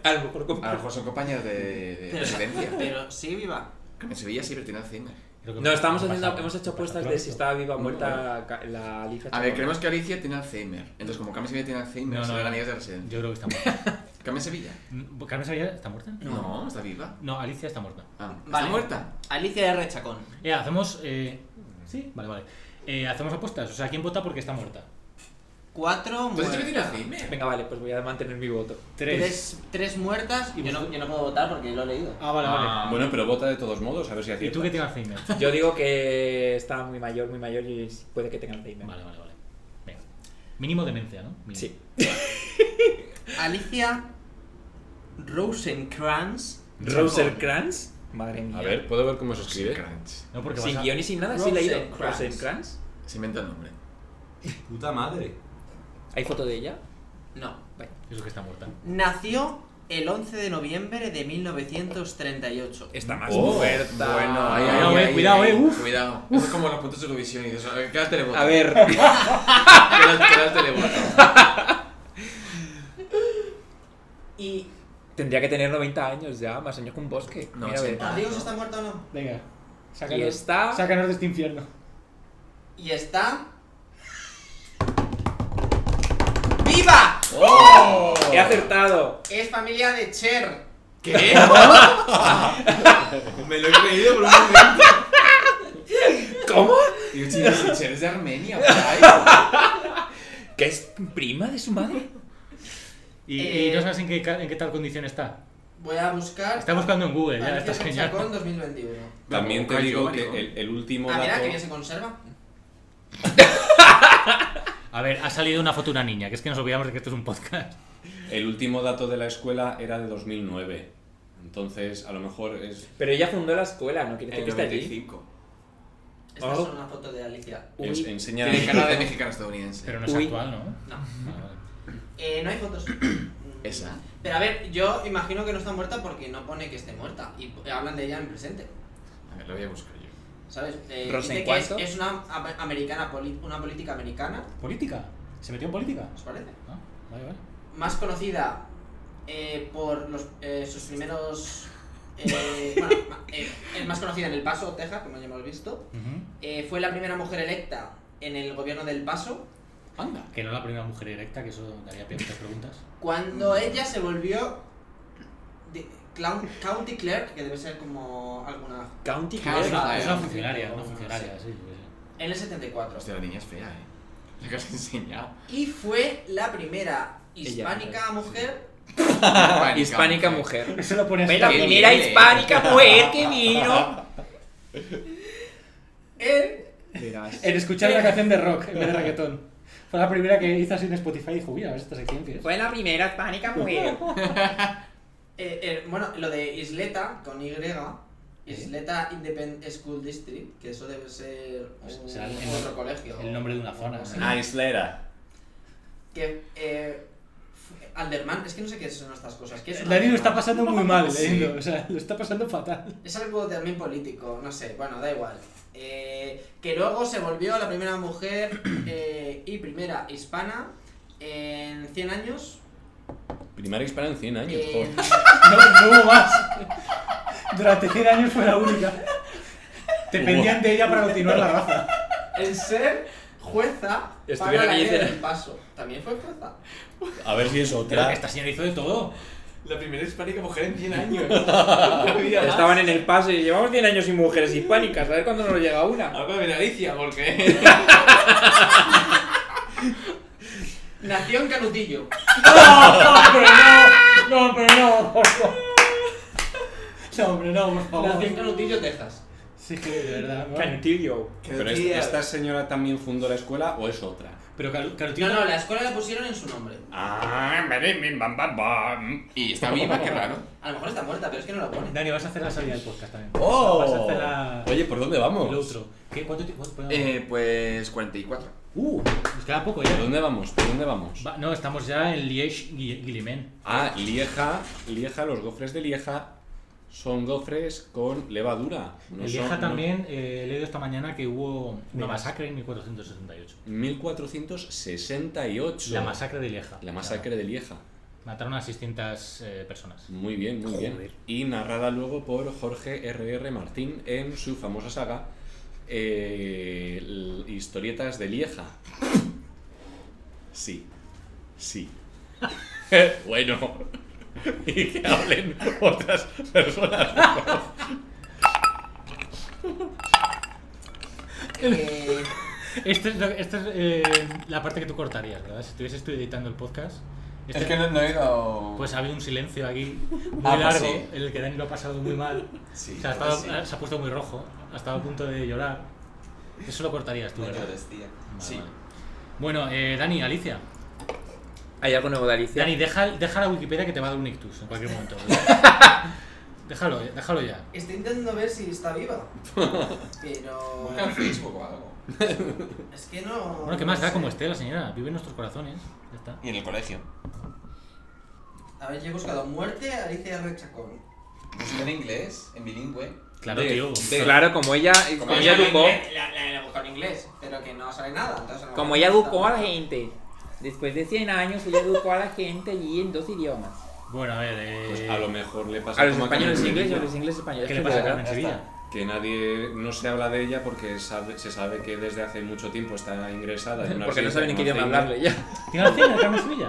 A lo mejor
A lo mejor son compañeros de, de
Pero,
residencia.
pero sí, viva.
Carmen Sevilla siempre tiene Alzheimer.
Creo que
No,
me-
estábamos
me
haciendo,
pasaba.
hemos hecho
Me
apuestas
pasaba
de si
esto.
estaba viva o muerta ca- la Alicia.
A ver,
Chavarra.
creemos que Alicia tiene Alzheimer. Entonces, como Carmen Sevilla tiene Alzheimer,
No,
se ve
no,
la niña de residencia.
yo creo que está muerta.
¿Carmen Sevilla?
Mm, ¿Carmen Sevilla está muerta?
No, está viva.
No, Alicia está muerta.
Ah, ¿Está
Vale.
muerta?
Alicia R. Chacón.
Eh, hacemos. eh, Sí, vale, vale. Eh, hacemos apuestas. O sea, ¿quién vota porque está muerta?
Cuatro
¿Tú has dicho Pues este que tiene
muertas.
Alzheimer?
Venga, vale, pues voy a mantener mi voto.
Tres, tres muertas.
Y
Yo no,
vosotros-
yo no puedo votar porque lo he leído.
Ah, vale, vale.
Bueno, pero vota de todos modos, a ver si
¿Y
aciertas.
tú qué tienes Alzheimer?
Yo digo que está muy mayor, muy mayor y puede que tenga Alzheimer.
Vale, vale, vale. Venga. Mínimo demencia, ¿no? Mínimo.
Sí.
Alicia Rosencrantz.
¿Rosercrantz? Madre mía.
A ver, ¿puedo ver cómo se
¿eh?
escribe?
Crunch.
No, porque vas
Sin
a-
guión y sin nada, sí he leído.
Rosencrantz.
¿Rosercrantz?
Se inventa el nombre.
Puta madre.
¿Hay foto de ella?
No.
Eso que está muerta.
Nació el 11 de noviembre de 1938.
Está más
Oh,
muerta.
Bueno, Ah, ahí,
Cuidado,
ahí,
eh,
ahí,
cuidado,
ahí.
eh, uf.
Cuidado. Eso es como los puntos de Eurovisión y dices, a ver, queda el televoto.
A ver,
Queda, el- queda el televoto.
Y.
Tendría que tener 90 años ya, más años que un bosque.
No,
Mira, a ver.
80.
¿Amigos está muerta o no?
Venga.
Y está.
Sácanos de este infierno.
Y está. ¡Viva!
Oh.
¡He acertado!
Es familia de Cher.
¿Qué? Me lo he creído por un momento.
¿Cómo?
Y yo, chicos, si Cher es de Armenia, por ahí.
¿Que es prima de su madre?
Y,
Eh,
y no sabes en qué, ca- en qué tal condición está.
Voy a buscar.
Está buscando en Google, ya
Alicia
estás genial.
Chacón 2021.
También te
Ay,
digo
yo,
que
marico.
el, el último
Ah, mira,
dato...
que bien se conserva.
A ver, ha salido una foto de una niña, que es que nos olvidamos de que esto es un podcast.
El último dato de la escuela era de 2009. Entonces, a lo mejor es...
Pero ella fundó la escuela, ¿no? Quiere decir
En
que está allí.
95.
Esta
Oh.
es una foto de Alicia.
Uy.
es enseñar...
Tiene cara de mexicano estadounidense.
Pero no es
Uy.
actual, ¿no?
No.
Vale, vale.
Eh, no hay fotos.
Esa.
Pero a ver, yo imagino que no está muerta porque no pone que esté muerta. Y p- eh, hablan de ella en presente.
A ver, lo voy a buscar yo.
¿Sabes? Eh, dice que es,
¿Rosencuarto?
es una am- americana, poli- una política americana,
¿Política? ¿Se metió en política?
¿os parece?
Ah, vale, vale.
Más conocida eh, por los, eh, sus primeros. eh, bueno, ma- eh, es más conocida en El Paso, Texas, como ya hemos visto.
Ujú.
Eh, fue la primera mujer electa en el gobierno del Paso.
Anda.
Que no es la primera mujer erecta, que eso daría pie a muchas preguntas.
Cuando ella se volvió de- clown- county clerk, que debe ser como alguna...
County
Es
Clerk.
una,
Ah,
es una
eh,
funcionaria,
sí,
una
sí.
funcionaria, sí. sí, sí.
En el 74.
Hostia, la niña es fea, eh. La que has enseñado.
Y fue la primera hispánica mujer.
Hispánica mujer.
Eso lo pones
Fue la
Qué
primera
bien, eh.
hispánica mujer que vino.
En...
Verás.
en escuchar la canción de rock en vez de reggaetón. Fue la primera que hizo así en Spotify y dijo, mira, esta sección que es.
Fue la primera hispánica mujer.
eh, eh, bueno, lo de Isleta, con Y.
¿Eh?
Isleta Independent School District, que eso debe ser
Pues
un-
será el-
otro colegio.
El nombre de una zona. ¿no?
Ah, Aislera.
Que... Eh, fue- Alderman, es que no sé qué son estas cosas. ¿Qué es una
Dani lo
firma?
Eh, está pasando muy mal, leyendo, o sea, lo está pasando fatal.
Es algo también político, no sé, bueno, da igual. Eh, que luego se volvió la primera mujer eh, y primera hispana en 100 años.
Primaria hispana en 100 años,
en-
joder.
No, no hubo más. Durante 100 años fue la única. Dependían de ella para continuar la raza.
en ser jueza
Estuvieron
para la
allí
guerra
de-
del paso. También fue jueza.
A ver si es
Pero que
otra.
esta señora hizo de todo.
La primera hispánica mujer en 100 años. No había más.
Estaban en el paso y llevamos 100 años sin mujeres hispánicas. A ver cuándo nos llega una.
Ahora viene Alicia, porque.
Nació en Canutillo.
No, hombre, no, por favor. No, hombre, no, por
Nació en
favor.
Canutillo, Texas.
Sí, que de verdad. ¿no?
Canutillo.
Pero es- esta señora también fundó la escuela o es otra.
Pero Car- Carutina
No, no, la escuela la pusieron en su nombre.
Ah, bam, bam, bam, bam, bam.
Y está viva, qué raro.
A lo mejor está muerta, pero es que no la ponen.
Dani, vas a hacer la salida del podcast también. Vas a
¡Oh!
hacer la...
Oye, ¿por dónde
el
vamos?
otro. ¿Qué? ¿Cuánto tiempo? cuánto-
Oh. Eh, pues 44.
Uh, nos queda poco
¿Por
ya.
dónde vamos? ¿Por dónde vamos?
Va- no, estamos ya en Liège-Guillemén.
Ah, Lieja, Lieja, los gofres de Lieja son gofres con levadura. No
en Lieja
son- no-
también eh, he leído esta mañana que hubo una masacre en 1468.
1468.
La masacre de Lieja.
La masacre de Lieja.
Mataron a 600 eh, personas.
Muy bien, muy bien.
Joder.
Y narrada luego por Jorge R.R. Martín en su famosa saga eh, l- Historietas de Lieja. Sí, sí. bueno. y que hablen otras personas.
Eh,
Esta Este es, lo- esta es, eh, la parte que tú cortarías, ¿verdad? Si estuvieses tú editando el podcast. este-
Es que no, no he ido.
Pues ha habido un silencio aquí muy
Ah, pues
largo,
sí.
en el que Dani lo ha pasado muy mal.
Sí,
O sea, eh. ha
pues
estado-
sí.
se ha puesto muy rojo, ha estado a punto de llorar. Eso lo cortarías tú,
No
¿verdad?
llores, tía.
Vale,
Sí.
vale. Bueno, eh, Dani, Alicia.
¿Hay algo nuevo de Alicia?
Dani, deja, deja la Wikipedia que te va a dar un ictus en cualquier momento. déjalo, eh, déjalo ya.
estoy intentando ver si está viva. Pero.
Ponga en Facebook o algo.
Es que no.
Bueno, ¿qué más
no
da
sé.
como esté la señora? Vive en nuestros corazones. Ya está.
Y en el colegio.
A ver, yo he buscado muerte Alicia Rechacón.
Música en inglés, en bilingüe.
Claro,
De-
tío.
de-
Claro, como ella, como ella educó,
La, la, la Eh, he buscado en inglés, pero que no sale nada. Entonces no
como ella educó a la gente. Después de 100 años, ella educó a la gente allí en dos idiomas.
Bueno, a ver. eh,
Pues a lo mejor le pasa
A los
como Carmen
españoles
Sevilla,
inglés y a los ingleses españoles.
¿Qué
Es
le
que
pasa a
de
Carmen
verdad,
Sevilla?
que nadie no se habla de ella porque sabe- se sabe que desde hace mucho tiempo está ingresada en una
Porque no
residencia
saben ni qué
como
idioma hablarle
Alzheimer.
ya.
¿Tiene la cena, Carmen Sevilla?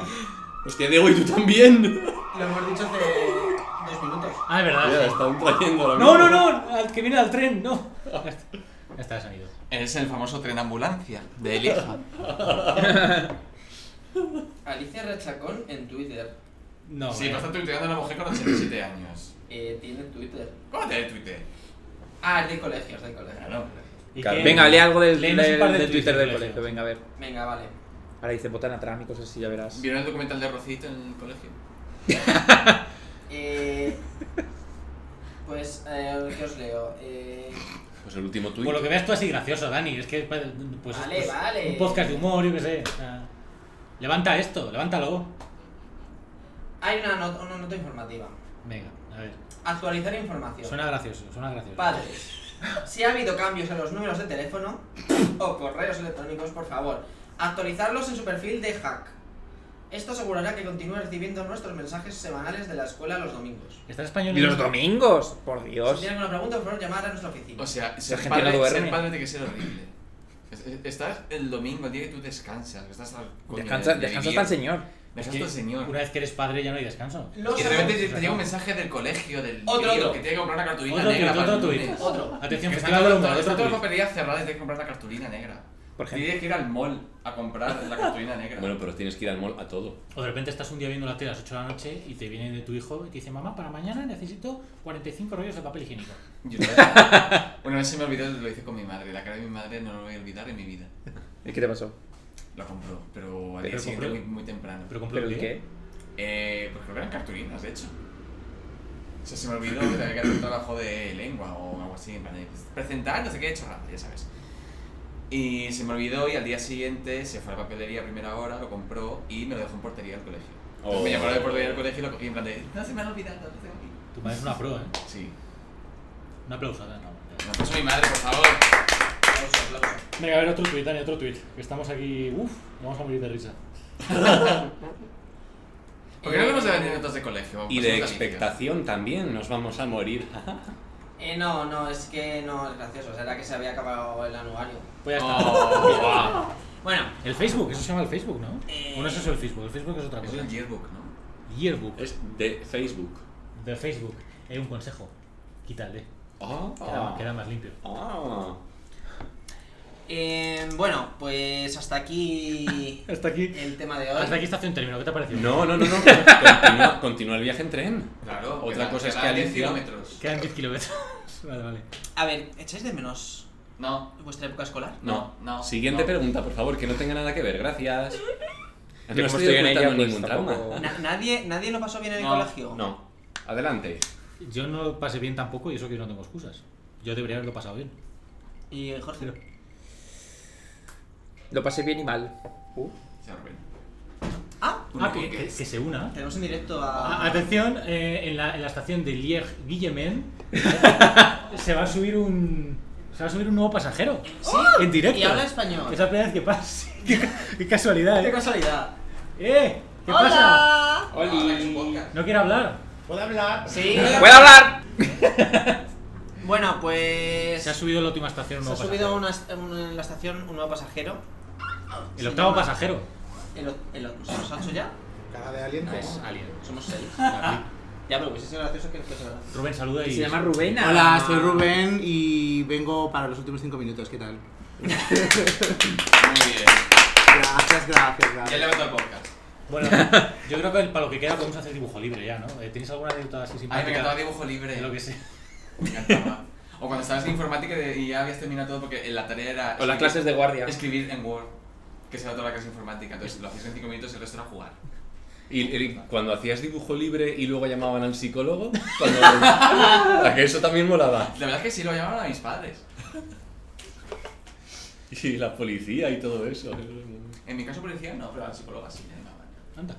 Hostia, Diego, y tú también.
Lo hemos dicho hace dos minutos.
Ah, es verdad.
Ya,
sí.
están trayendo la
No,
misma.
no, no, al que viene al tren, no. Ya está, Ya está el sonido.
Es el famoso tren ambulancia de Elija.
Alicia Rechacón en Twitter.
No.
sí,
eh,
me está tuiteando una mujer con 87 años.
Eh, tiene Twitter.
¿Cómo te Twitter?
Ah, es de colegios, de colegios.
Claro.
¿y
Carmen.
qué?
Venga, lee algo del,
Léenos un
del-
par de
del
tweets
Twitter
del
del
colegio.
colegio, venga, a ver.
Venga, vale.
Ahora dice botan atrás y cosas así, ya verás.
¿Vieron el documental de Rocito en el colegio?
Eh, pues, eh, ¿qué os leo? Eh,
Pues el último tuit.
Por lo que veas tú así gracioso, Dani. Es que pues, pues,
Vale, vale.
un podcast de humor, yo qué sé. o sea, levanta esto, levántalo.
hay una, not- una nota informativa.
Venga, a ver.
Actualizar información.
Suena gracioso, suena gracioso.
Padres, si ha habido cambios en los números de teléfono o correos electrónicos, por favor, actualizarlos en su perfil de hack. Esto asegurará que continúe recibiendo nuestros mensajes semanales de la escuela los domingos.
¿Estás español?
¿Y los domingos? Por
Si
Dios.
tienen alguna pregunta, por favor, llamar a nuestra oficina.
O sea, ser
gente no
padre,
duerme.
ser padre tiene que ser horrible. Es- es- Estás el domingo, el día que tú descansas. que Estás al coño
Descansa,
de- de
descansa
vivir.
hasta el señor.
Es
Descansa
que
el señor.
Una vez que eres padre ya no hay descanso.
Los
Y de repente te,
adultos-
te llega un mensaje del colegio, del
Otro,
tío,
otro.
que tiene que comprar una cartulina
Otro
negra
tuit,
para
otro
el
tuit.
lunes.
Otro.
Atención,
Que está
festival del
todo-
humor,
está
otro
toda la
tuit.
papelería cerrada y tienes que comprar la cartulina negra.
Por ejemplo.
Tienes que ir al mall a comprar la cartulina negra.
Bueno, pero tienes que ir al mall a todo.
O de repente estás un día viendo la tele a las 8 de la noche y te viene de tu hijo y te dice, mamá, para mañana necesito 45 rollos de papel higiénico.
Yo una vez- una vez se me olvidó, lo hice con mi madre. La cara de mi madre no lo voy a olvidar en mi vida.
¿Y qué te pasó?
Lo compró, pero al
Pero
día siguiente muy,
compró.
muy temprano.
Pero compró
¿Pero
el
el qué?
Eh, pues creo que eran cartulinas, de hecho. O sea, se me olvidó que había que hacer un trabajo de lengua o algo así. en plan de, pues, Presentar, no sé qué, chorrada, ya sabes. Y se me olvidó y al día siguiente se fue a la papelería a primera hora, lo compró y me lo dejó en portería del colegio. Entonces
Oh.
Me llamaron de portería del colegio y lo cogí en plan de, no se me han olvidado, no se me han olvidado".
Tu madre es una pro, ¿eh?
Sí.
Un aplauso. Dani.
Me puso mi madre, por favor.
Aplauso, aplauso.
Venga, a ver otro tuit, Dani, otro tuit. Que estamos aquí, uff, vamos a morir de risa.
Porque no hablamos de anécdotas de colegio.
Y
pasemos
de
a Alicia.
expectación también, nos vamos a morir.
Eh, no, no, es que no es gracioso. O sea, era que se había acabado el anuario.
Pues ya está.
Oh, guau.
Bueno,
El Facebook, eso se llama el Facebook, ¿no?
Eh.
O no es eso el Facebook, el Facebook es otra
Es
cosa.
el yearbook, ¿no?
Yearbook.
es de Facebook.
De Facebook. Hay un consejo. Quítale.
Ah,
Queda, queda más limpio.
ah.
eh, bueno, pues hasta aquí
Hasta aquí.
el tema de hoy.
Hasta aquí estación término, ¿qué te ha parecido?
No, no, no, no. Continúa, continúa el viaje en tren.
Claro.
Otra
queda-
cosa es
queda
que
10
Alicia.
kilómetros.
Quedan 10 kilómetros. vale, vale.
A ver, ¿echáis de menos
No,
vuestra época escolar?
No,
No, no,
Siguiente
no.
pregunta, por favor, que no tenga nada que ver. Gracias. No
como
estoy
estoy en
ocultando
ella, pues,
ningún
tampoco-
trauma.
Na- nadie, ¿Nadie lo pasó bien en el
No,
colegio?
No. Adelante.
Yo no lo pasé bien tampoco y eso que yo no tengo excusas. Yo debería haberlo pasado bien.
¿Y eh, Jorge?
Lo pasé bien y mal. Uh.
Se Rubén.
Ah,
Una
Ah, que, que-
piques.
que se una.
tenemos en directo
A-
a...
Atención, eh, en, la, en la estación de Liege-Guillemin se va a subir un. Se va a subir un nuevo pasajero.
Sí,
En directo.
Y habla español.
Es la primera vez que pasa. qué, ca- qué casualidad,
Qué
eh.
casualidad.
¡Eh! ¿Qué pasa?
¡Oli!
No quiero hablar.
¿Puedo hablar?
Sí.
¡Puedo hablar!
Bueno, pues.
Se ha subido la última estación. un
se ha
nuevo
subido a
pasajero.
una, a una- en la estación un nuevo pasajero.
El octavo pasajero.
El, o- el, o- ¿Somos ocho ya?
Cara de alien.
Ah,
No, es
Alien.
Somos seis. Ya, pero hubiese sido gracioso que fuese verdad.
Rubén, saluda y.
Se llama Rubena.
Hola, soy Rubén y vengo para los últimos 5 minutos. ¿Qué tal?
Muy bien.
Gracias, gracias,
Ah.
Ya he
gracias.
levantado el podcast.
Bueno, yo creo que el- para lo que queda podemos hacer dibujo libre ya, ¿no? Eh, ¿Tenéis alguna anécdota así
Ay, me encantaba
simpática?
dibujo libre.
De lo que sea.
Me encantaba. O cuando estabas en informática de- y ya habías terminado todo porque la tarea era.
O las
escribir-
clases de guardia.
Escribir en Word, que se da toda la clase de informática. Entonces lo hacías en 5 minutos y el resto era jugar.
Y, y cuando hacías dibujo libre y luego llamaban al psicólogo, cuando... a que eso también molaba.
La verdad es que sí lo llamaban a mis padres.
Y la policía y todo eso.
En mi caso, policía no, pero a psicóloga sí le llamaban.
Anda.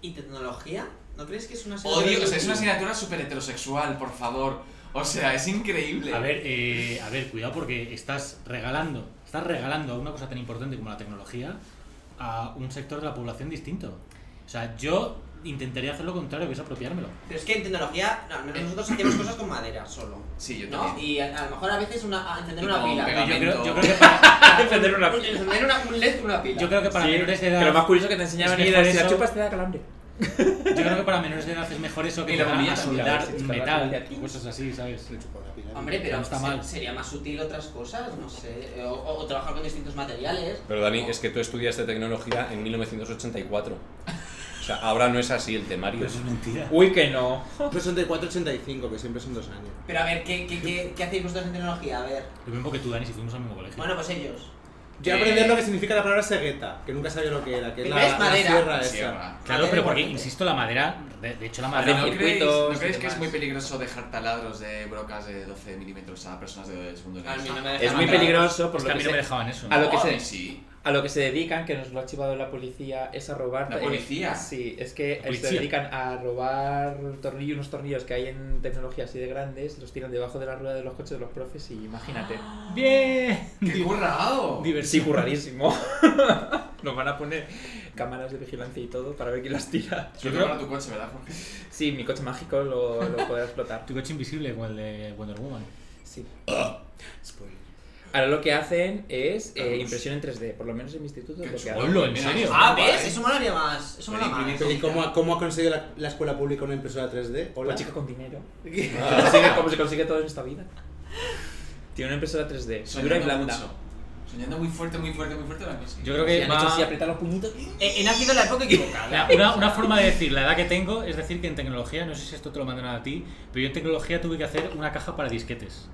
¿Y tecnología? ¿No crees que es una
Odio, o sea, es una asignatura súper heterosexual, por favor. O sea, es increíble.
A ver, eh, a ver, cuidado porque estás regalando, estás regalando a una cosa tan importante como la tecnología a un sector de la población distinto. O sea, yo intentaría hacer lo contrario, que es apropiármelo.
Pero es que en tecnología, no, al
Eh.
menos nosotros hacíamos cosas con madera solo.
Sí, yo
¿no?
también.
Y a, a lo mejor a veces una, a encender
Y
una
con
pila.
pega-
Yo creo, yo
Lamento.
creo que para,
Encender una
Un- Encender una, un LED con una pila.
yo creo que para
Sí,
menores de
que lo más
edad,
curioso que te enseñaban
Es
en
que
la
por
universidad
eso-
chupas te da calambre.
yo creo que para menores de edad es mejor eso que
Y la
llegar
bombilla
a
también,
soldar
a ver si es capaz de
metal,
hacer-
cosas así, ¿sabes?
Le chupó la pila.
Hombre, pero
No está
se-
mal.
sería más sutil otras cosas, no sé. O, o- o trabajar con distintos materiales.
Pero Dani, es que tú estudiaste tecnología en 1984. O sea, ahora no es así el temario.
Pero eso es mentira.
Uy, que no.
Pues son de 485, que siempre son dos años.
Pero a ver, ¿qué, qué, qué, qué hacéis vosotros en tecnología? A ver.
Lo mismo que tú, Dani, si fuimos al mismo colegio.
Bueno, pues ellos.
Yo aprendí lo que significa la palabra cegueta, que nunca sabía lo que era, que es la,
¿Ves?
la
Madera.
sierra esa.
Sierra.
claro,
madera
pero porque,
importante.
insisto, la madera, de, de hecho la
Pero
madera...
¿No creéis,
circuitos
¿no
y
creéis que es
demás.
muy peligroso dejar taladros de brocas de 12 milímetros a personas de segundo
A mí no me
grado?
dejan
Es muy
hablar.
peligroso por
es que
lo
a
que
mí no me
se-
dejaban eso.
a lo que
No,
se-
a mí sí.
a lo que se dedican, que nos lo ha chivado la policía, es a robar. eh,
¿La policía?
sí, es que
¿La policía?
se dedican a robar tornillos, unos tornillos que hay en tecnología así de grandes, los tiran debajo de la rueda de los coches de los profes y imagínate.
¡Bien!
¡Qué currado!
Sí, curradísimo. nos van a poner cámaras de vigilancia y todo para ver quién las tira.
Yo creo que tu coche, ¿verdad, Jorge?
Sí, mi coche mágico lo, lo podrá explotar.
Tu coche invisible, como el de Wonder Woman.
Sí. Ahora lo que hacen es eh, impresión en 3D, por lo menos en mi instituto es
Qué
lo que
chulo.
hacen.
Hola, ¿en
Mira,
serio?
eso
Ah,
mola,
¿ves?
¿eh?
Eso molaría más. Eso mola
Oye,
más.
imprimir
¿Y cómo, ha- cómo ha conseguido la, la escuela pública una impresora 3D?
Una
Hola.
Pues,
chica con dinero.
¿Qué?
Como se- como se consigue todo en esta vida. Tiene una impresora 3D, dura y
Soñando
blanda.
mucho. Soñando muy fuerte, muy fuerte, muy fuerte la conseguí.
Yo creo
Y
Eh,
que
han
va-
hecho así, apretar los puñitos.
He, he nacido en la época
Mira,
equivocada.
una, una forma de decir la edad que tengo es decir que en tecnología, no sé si esto te lo mandan a ti, pero yo en tecnología tuve que hacer una caja para disquetes.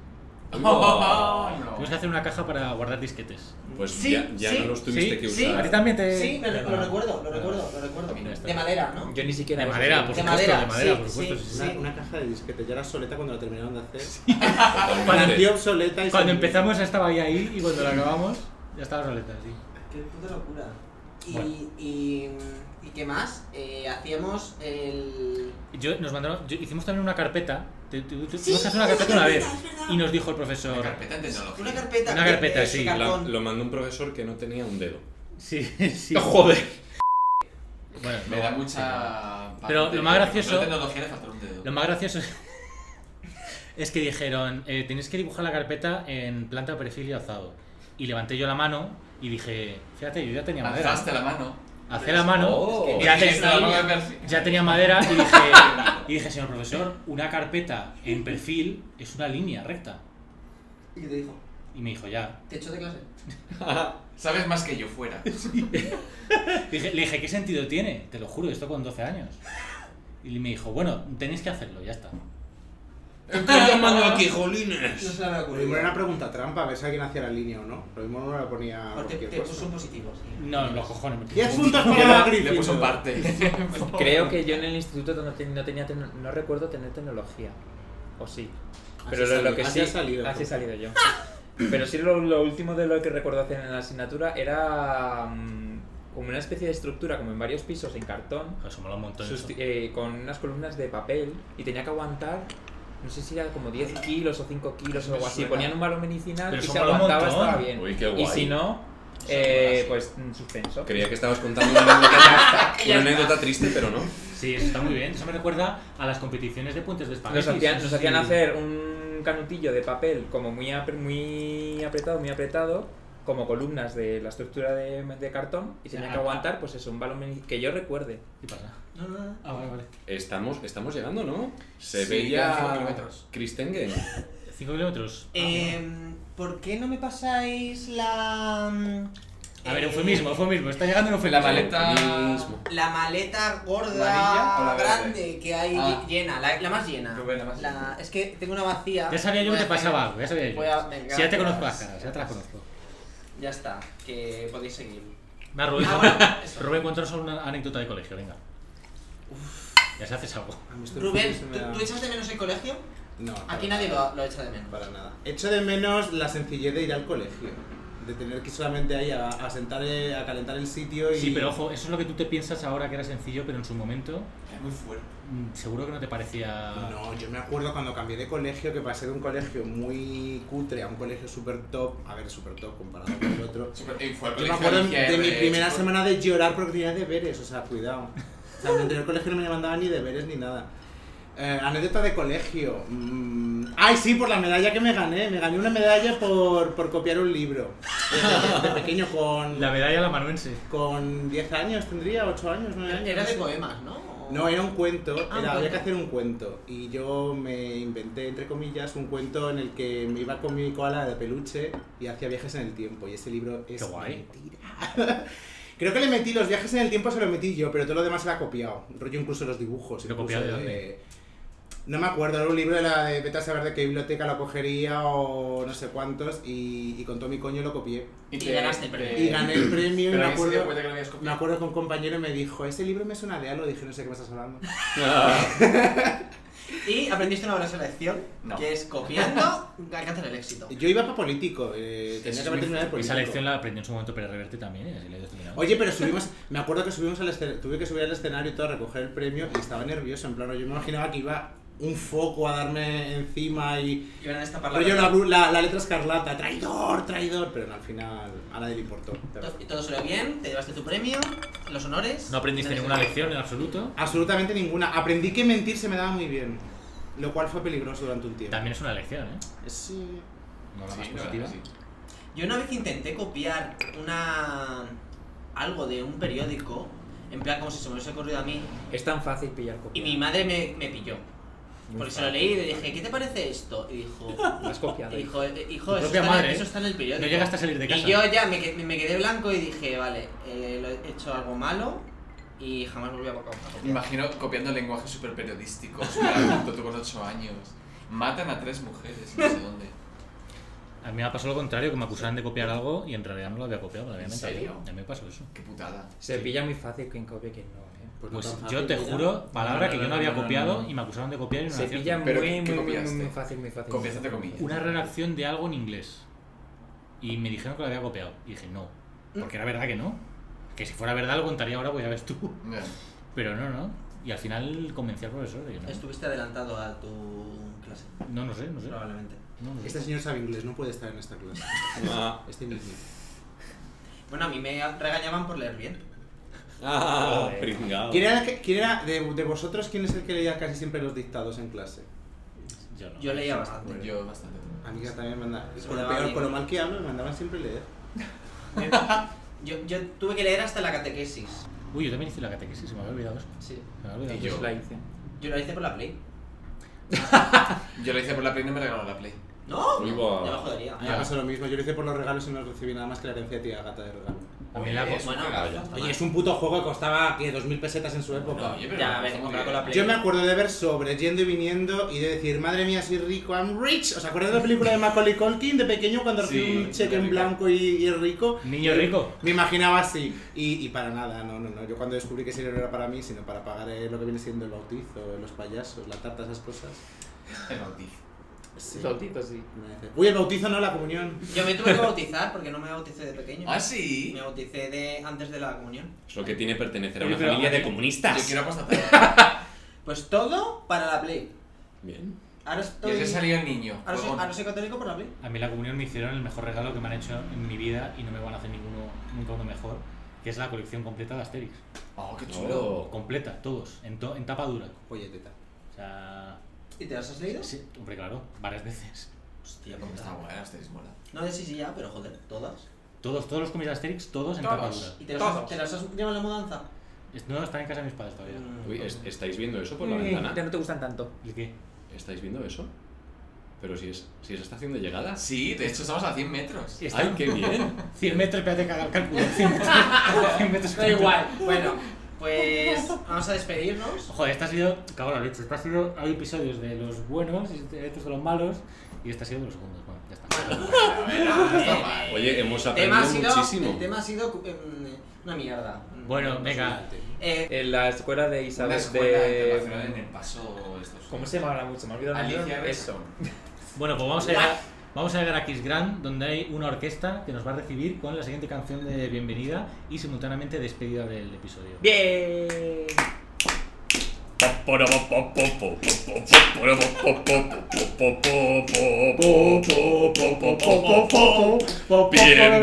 Oh, no.
Tuvimos que hacer una caja para guardar disquetes.
Pues
Sí,
ya, ya
sí,
no los tuviste
sí,
que
sí.
usar.
A ti
también
Sí, me, lo recuerdo, lo recuerdo, lo recuerdo.
mí no está.
De madera, ¿no?
Yo ni siquiera.
De
lo
madera, por
sabía.
De
supuesto,
madera,
de madera,
sí,
por supuesto. sí, sí.
Una, una caja de disquetes, ya era obsoleta cuando la terminaron de hacer.
Totalmente.
Pareció obsoleta y
Cuando
se-
empezamos estaba ya ahí y cuando la acabamos ya estaba soleta, sí.
Qué puta locura. Y,
Bueno.
y, y qué más? Eh, hacíamos el.
Yo, nos mandaron, yo- hicimos también una carpeta. Te- te- te- tuvimos que hacer una carpeta una vez y nos dijo el
La
profesor.
carpeta en tecnología.
Una carpeta.
Una
de-
carpeta,
de
sí,
La-
cartón.
lo mandó un profesor que no tenía un dedo.
Sí, sí.
Joder.
Bueno,
Me
no,
da
sí, no.
mucha.
Pero
parte
lo más
de-
gracioso-
La tecnología le faltó un dedo.
Lo más gracioso es que dijeron, eh, tenéis que dibujar la carpeta en planta, perfil y alzado. Y levanté yo la mano y dije, fíjate, yo ya tenía madera.
Alzaste la mano.
Hacé la mano,
Oh.
ya, te-
Tienes la mano de perfil.
ya tenía madera y dije, y dije, señor profesor, una carpeta en perfil es una línea recta.
¿Y qué te dijo?
Y me dijo, ya.
¿Te echó de clase?
Sabes más que yo fuera.
Dije- le dije, ¿qué sentido tiene? Te lo juro, esto con 12 años. Y me dijo, bueno, tenéis que hacerlo, ya está.
No se la había
Lo mismo era una
ocurrido.
pregunta trampa, a ver si alguien hacía la línea o no. Lo mismo no la ponía
Porque
cualquier
te puso
cosa.
un positivo, sí.
No, los cojones. me
10
puso-
puntos para la
Le
Griffin.
puso un parte.
Creo que yo en el instituto no, ten- no tenía tecno- no recuerdo tener tecnología. O sí. Pero
Así
lo, lo
salió,
que
así
sí.
ha salido,
así he
Jorge.
salido yo. Pero sí lo, lo último de lo que recuerdo hacer en la asignatura era mm, como una especie de estructura, como en varios pisos, en cartón,
Eso mola un montón. eso.
susti- eh, con unas columnas de papel y tenía que aguantar. No sé si era como 10 kilos o 5 kilos o algo así. Ponían un balón medicinal
Pero
y
eso
se
mola un
aguantaba,
montón.
estaba bien.
Uy, qué
Y
guay.
si no, eh, pues mm, suspenso.
Creía que estabas contando una anécdota, una anécdota triste, pero no.
Sí, eso está muy bien. Eso me recuerda a las competiciones de puentes de espaguetis.
Nos hacían,
Sí,
nos
sí.
hacían hacer un canutillo de papel como muy, apre- muy apretado, muy apretado, como columnas de la estructura de, de cartón y tenía que aguantar pues eso, un balón meni- que yo recuerde.
¿Qué pasa?
No, no, no.
Ah, vale, vale.
Estamos, estamos llegando, ¿no? Se
Sí, quedan cinco
veía
kilómetros.
Christengen.
5 kilómetros. Ah,
Eh,
Em, ¿Por qué no me pasáis la.
A ver,
eh,
eufemismo, eufemismo. Está llegando un
La
eufemismo.
maleta.
Mismo.
La maleta
¿Amarilla o
gorda,
la verde?
grande que hay
Ah.
llena, la, la más llena.
Qué buena, más llena.
La- es que tengo una vacía.
Ya sabía yo
Voy
que
a
te
dejar-
pasaba algo, ya sabía
voy a-
yo.
venga,
Si ya te
pues,
conozco las caras, ya te las conozco.
Ya está, que podéis seguir.
Me ha Rubén,
Ah, bueno, eso.
Rubén, cuéntanos una anécdota de colegio, venga. Ya se haces algo.
Rubén, ¿tú, tú echas de menos el colegio?
No,
Aquí
para
nadie
nada,
lo, lo echa de menos.
Para nada. Echo de menos la sencillez de ir al colegio. De tener que ir solamente ahí a, a sentar, eh, a calentar el sitio y.
Sí, pero ojo, eso es lo que tú te piensas ahora que era sencillo, pero en su momento
Es muy fuerte.
mm, seguro que no te parecía.
No, yo me acuerdo cuando cambié de colegio que pasé de un colegio muy cutre a un colegio super top. A ver, super top comparado con el otro.
Super- y fue al
Yo me
colegio
acuerdo
dije,
de mi
eh,
primera
chico,
semana de llorar porque tenía deberes, o sea, cuidado. O sea, en el anterior colegio no me mandaban ni deberes ni nada. Eh, anécdota de colegio. Mm, Ay, sí, por la medalla que me gané. Me gané una medalla por, por copiar un libro. De, de pequeño, con,
La medalla la manuense.
con 10 años tendría, 8 años, 9 años.
Era
no
de
sé.
poemas, ¿no?
eh.
No, era un cuento,
Ah, un
era- había
cuento.
que hacer un cuento. Y yo me inventé, entre comillas, un cuento en el que me iba con mi koala de peluche y hacía viajes en el tiempo. Y ese libro es
Qué guay.
mentira. Creo que le metí los viajes en el tiempo, se lo metí yo, pero todo lo demás se lo ha copiado. Rollo incluso los dibujos.
¿Lo
incluso
copiado de dónde?
No me acuerdo, era un libro de la de vete a saber de qué biblioteca lo cogería o no sé cuántos y, y con todo mi coño lo copié.
Y
te-
ganaste el
te-
premio.
Y gané el premio y
Pero
me
ahí se dio
acuerdo,
cuenta que lo habías
me
copiado.
acuerdo que un compañero me dijo, ese libro me suena de algo, dije, no sé qué me estás hablando.
Y aprendiste una valiosa lección,
No.
que es copiando, alcanzar el éxito.
Yo iba para político, eh, tenía que haber terminado de político.
Esa lección la aprendió en su momento Pérez Reverte también, y así la he terminado.
Oye, pero subimos, me acuerdo que subimos al escena- tuve que subir al escenario y todo a recoger el premio y estaba nervioso, en plan, yo me imaginaba que iba un foco a darme encima y
Y van a esta
rollo la, bru- la, la letra escarlata, traidor, traidor, pero no, al final a nadie le importó.
To- Todo salió bien, te llevaste tu premio, los honores.
No aprendiste
Entonces,
ninguna lección en absoluto.
Absolutamente ninguna. Aprendí que mentir se me daba muy bien, lo cual fue peligroso durante un tiempo.
También es una lección, ¿eh?
Sí.
No la
Sí,
más
no,
positiva.
sí.
Yo una vez intenté copiar una algo de un periódico, en plan como si se me hubiese ocurrido a mí,
Es tan fácil pillar
y
copias.
mi madre me, me pilló. Porque se lo leí y le dije, ¿qué te parece esto? Y dijo,
Lo has copiado.
hijo, eh, hijo
Tu
eso,
propia
está en,
madre, ¿eh?
el- eso está en el periódico.
No llegaste a salir de casa.
Y yo ya me, que- me quedé blanco y dije, vale, eh, lo he hecho algo malo y jamás volví a co- a
Me
copiar.
imagino copiando lenguaje súper periodístico. súper adulto, tú con 8 años. Matan a tres mujeres, no sé dónde.
A mí me ha pasado lo contrario, que me acusaban de copiar algo y en realidad no lo había copiado, me lo había
¿En
inventado yo.
serio?
A mí me pasó eso.
Qué putada.
Se pilla muy fácil quien copia y quien no. ¿eh?
Pues no
Pues
tan fácil,
yo te
mira.
juro, palabra
No, no,
que yo
no,
no había
no, no,
copiado
no.
y me acusaron de copiar y no
Se
era
pilla
cierto.
muy,
¿Pero
muy,
qué
muy, muy,
copiaste?
muy fácil, muy fácil.
Copias entre comillas.
Una redacción de algo en inglés. Y me dijeron que lo había copiado. Y dije, no. Porque era verdad que no. Que si fuera verdad lo contaría ahora, pues ya ves tú.
Ya.
Pero no, no. Y al final convencí al profesor. de que no.
Estuviste adelantado a tu clase,
no, no sé, no sé.
probablemente.
No, no sé.
Este señor sabe inglés, no puede estar en esta clase.
Ah.
Este mismo.
Bueno, a mí me regañaban por leer bien.
Ah, pringao.
¿Quién era, el que- quién era de, de vosotros quién es el que leía casi siempre los dictados en clase?
Yo no.
Yo leía bastante.
pues Yo bastante.
A mí que también me manda-
Eso
Con
me
lo,
daba
peor,
bien.
con lo mal que hablo, me mandaban siempre leer.
Yo, yo tuve que leer hasta la catequesis.
Uy, yo también hice la catequesis, se me había olvidado eso.
Sí.
Se me había olvidado
Y yo.
eso.
La hice.
Yo lo hice por la Play.
Yo lo hice por la Play y no me regalaron la Play.
¿No?
Muy guau.
Ya me
Ah,
jodería.
A mí me pasó lo mismo, yo lo hice por los regalos y no recibí nada más que la herencia de tía gata de regalo.
A mí la
Oye,
co-
es un
Bueno,
regalo.
ya está.
Oye, es un puto juego que costaba ¿qué? 2.000 pesetas en su época.
No, oye, pero
Ya,
me
a ver,
gusta
comprar
mucho.
con la Play.
Yo me acuerdo de ver sobres yendo y viniendo y de decir, madre mía, soy rico, I'm rich. ¿Os acordáis de la película de Macaulay Culkin de pequeño cuando
Sí,
recibió un cheque en
rico.
blanco y, y es rico?
Niño rico.
Me imaginaba así. Y, y para nada, no, no, no. Yo cuando descubrí que ese dinero no era para mí, sino para pagar eh, lo que viene siendo el bautizo, los payasos, la tarta, esas cosas.
El bautizo.
Sí.
Soltito, sí.
Me dice, Uy, el bautizo no, la comunión.
Yo me tuve que bautizar porque no me bauticé de pequeño.
Ah, sí.
Me bauticé de antes de la comunión.
Es lo que tiene pertenecer a
Oye,
una
pero-
familia de
Yo
comunistas.
quiero apostatar.
Pues todo para la Play.
Bien.
Ahora
Y
estoy.
así salió el niño.
Ahora soy,
huevón.
ahora soy católico por la Play.
A mí la comunión me hicieron el mejor regalo que me han hecho en mi vida y no me van a hacer ninguno, nunca uno mejor, que es la colección completa de Asterix.
Oh, qué chulo.
Completa, todos, en, to- en tapa dura.
Polleteta.
O sea,
¿Y te las has leído?
sí, hombre, claro, varias veces.
Hostia,
Tío, porque
puta.
está buena, esta es mola.
No sé si sí, ya, pero joder, todas.
Todos, todos los cómics de Asterix, todos en tapa
Todos.
dura.
¿Y te las, has,
Todas.
te las has llevado en la mudanza?
Es- No, están en casa de mis padres todavía.
Mm.
Uy, es- ¿estáis viendo eso por la
Eh,
ventana?
Ya no te gustan tanto.
¿El qué?
¿Estáis viendo eso? Pero si es, si es estación de llegada.
Sí, de hecho estamos a 100 metros.
Está-
¡Ay, qué bien!
100 metros, espérate que haga el cálculo. 100 metros. 100 metros.
Da igual. Bueno, pues vamos a despedirnos.
Joder, esta ha sido. Cago en la leche. Esta ha sido. Hay episodios de los buenos y otros de los malos. Y esta ha sido de los segundos. Bueno, ya está.
Ah,
Eh,
Oye, hemos
el tema ha
aprendido
sido-
muchísimo.
El tema ha sido mm, una mierda. Mm,
Bueno, venga.
Eh,
En la escuela de
Una
Isabel
escuela internacional en
de...
el paso. estos-
¿Cómo se llamaba mucho? Me he olvidado el
Alicia
nombre.
Eso.
Bueno, pues vamos a llegar. Vamos a llegar a Kiss Grand, donde hay una orquesta que nos va a recibir con la siguiente canción de bienvenida y simultáneamente despedida del episodio.
¡Bien!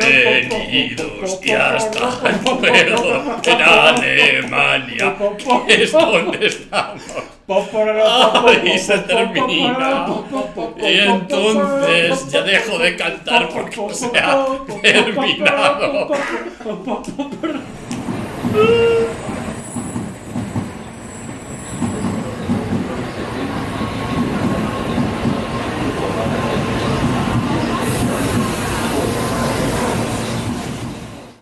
Bienvenidos y hasta luego en Alemania. Es donde estamos. Ahí se termina. Y entonces ya dejo de cantar porque se ha terminado.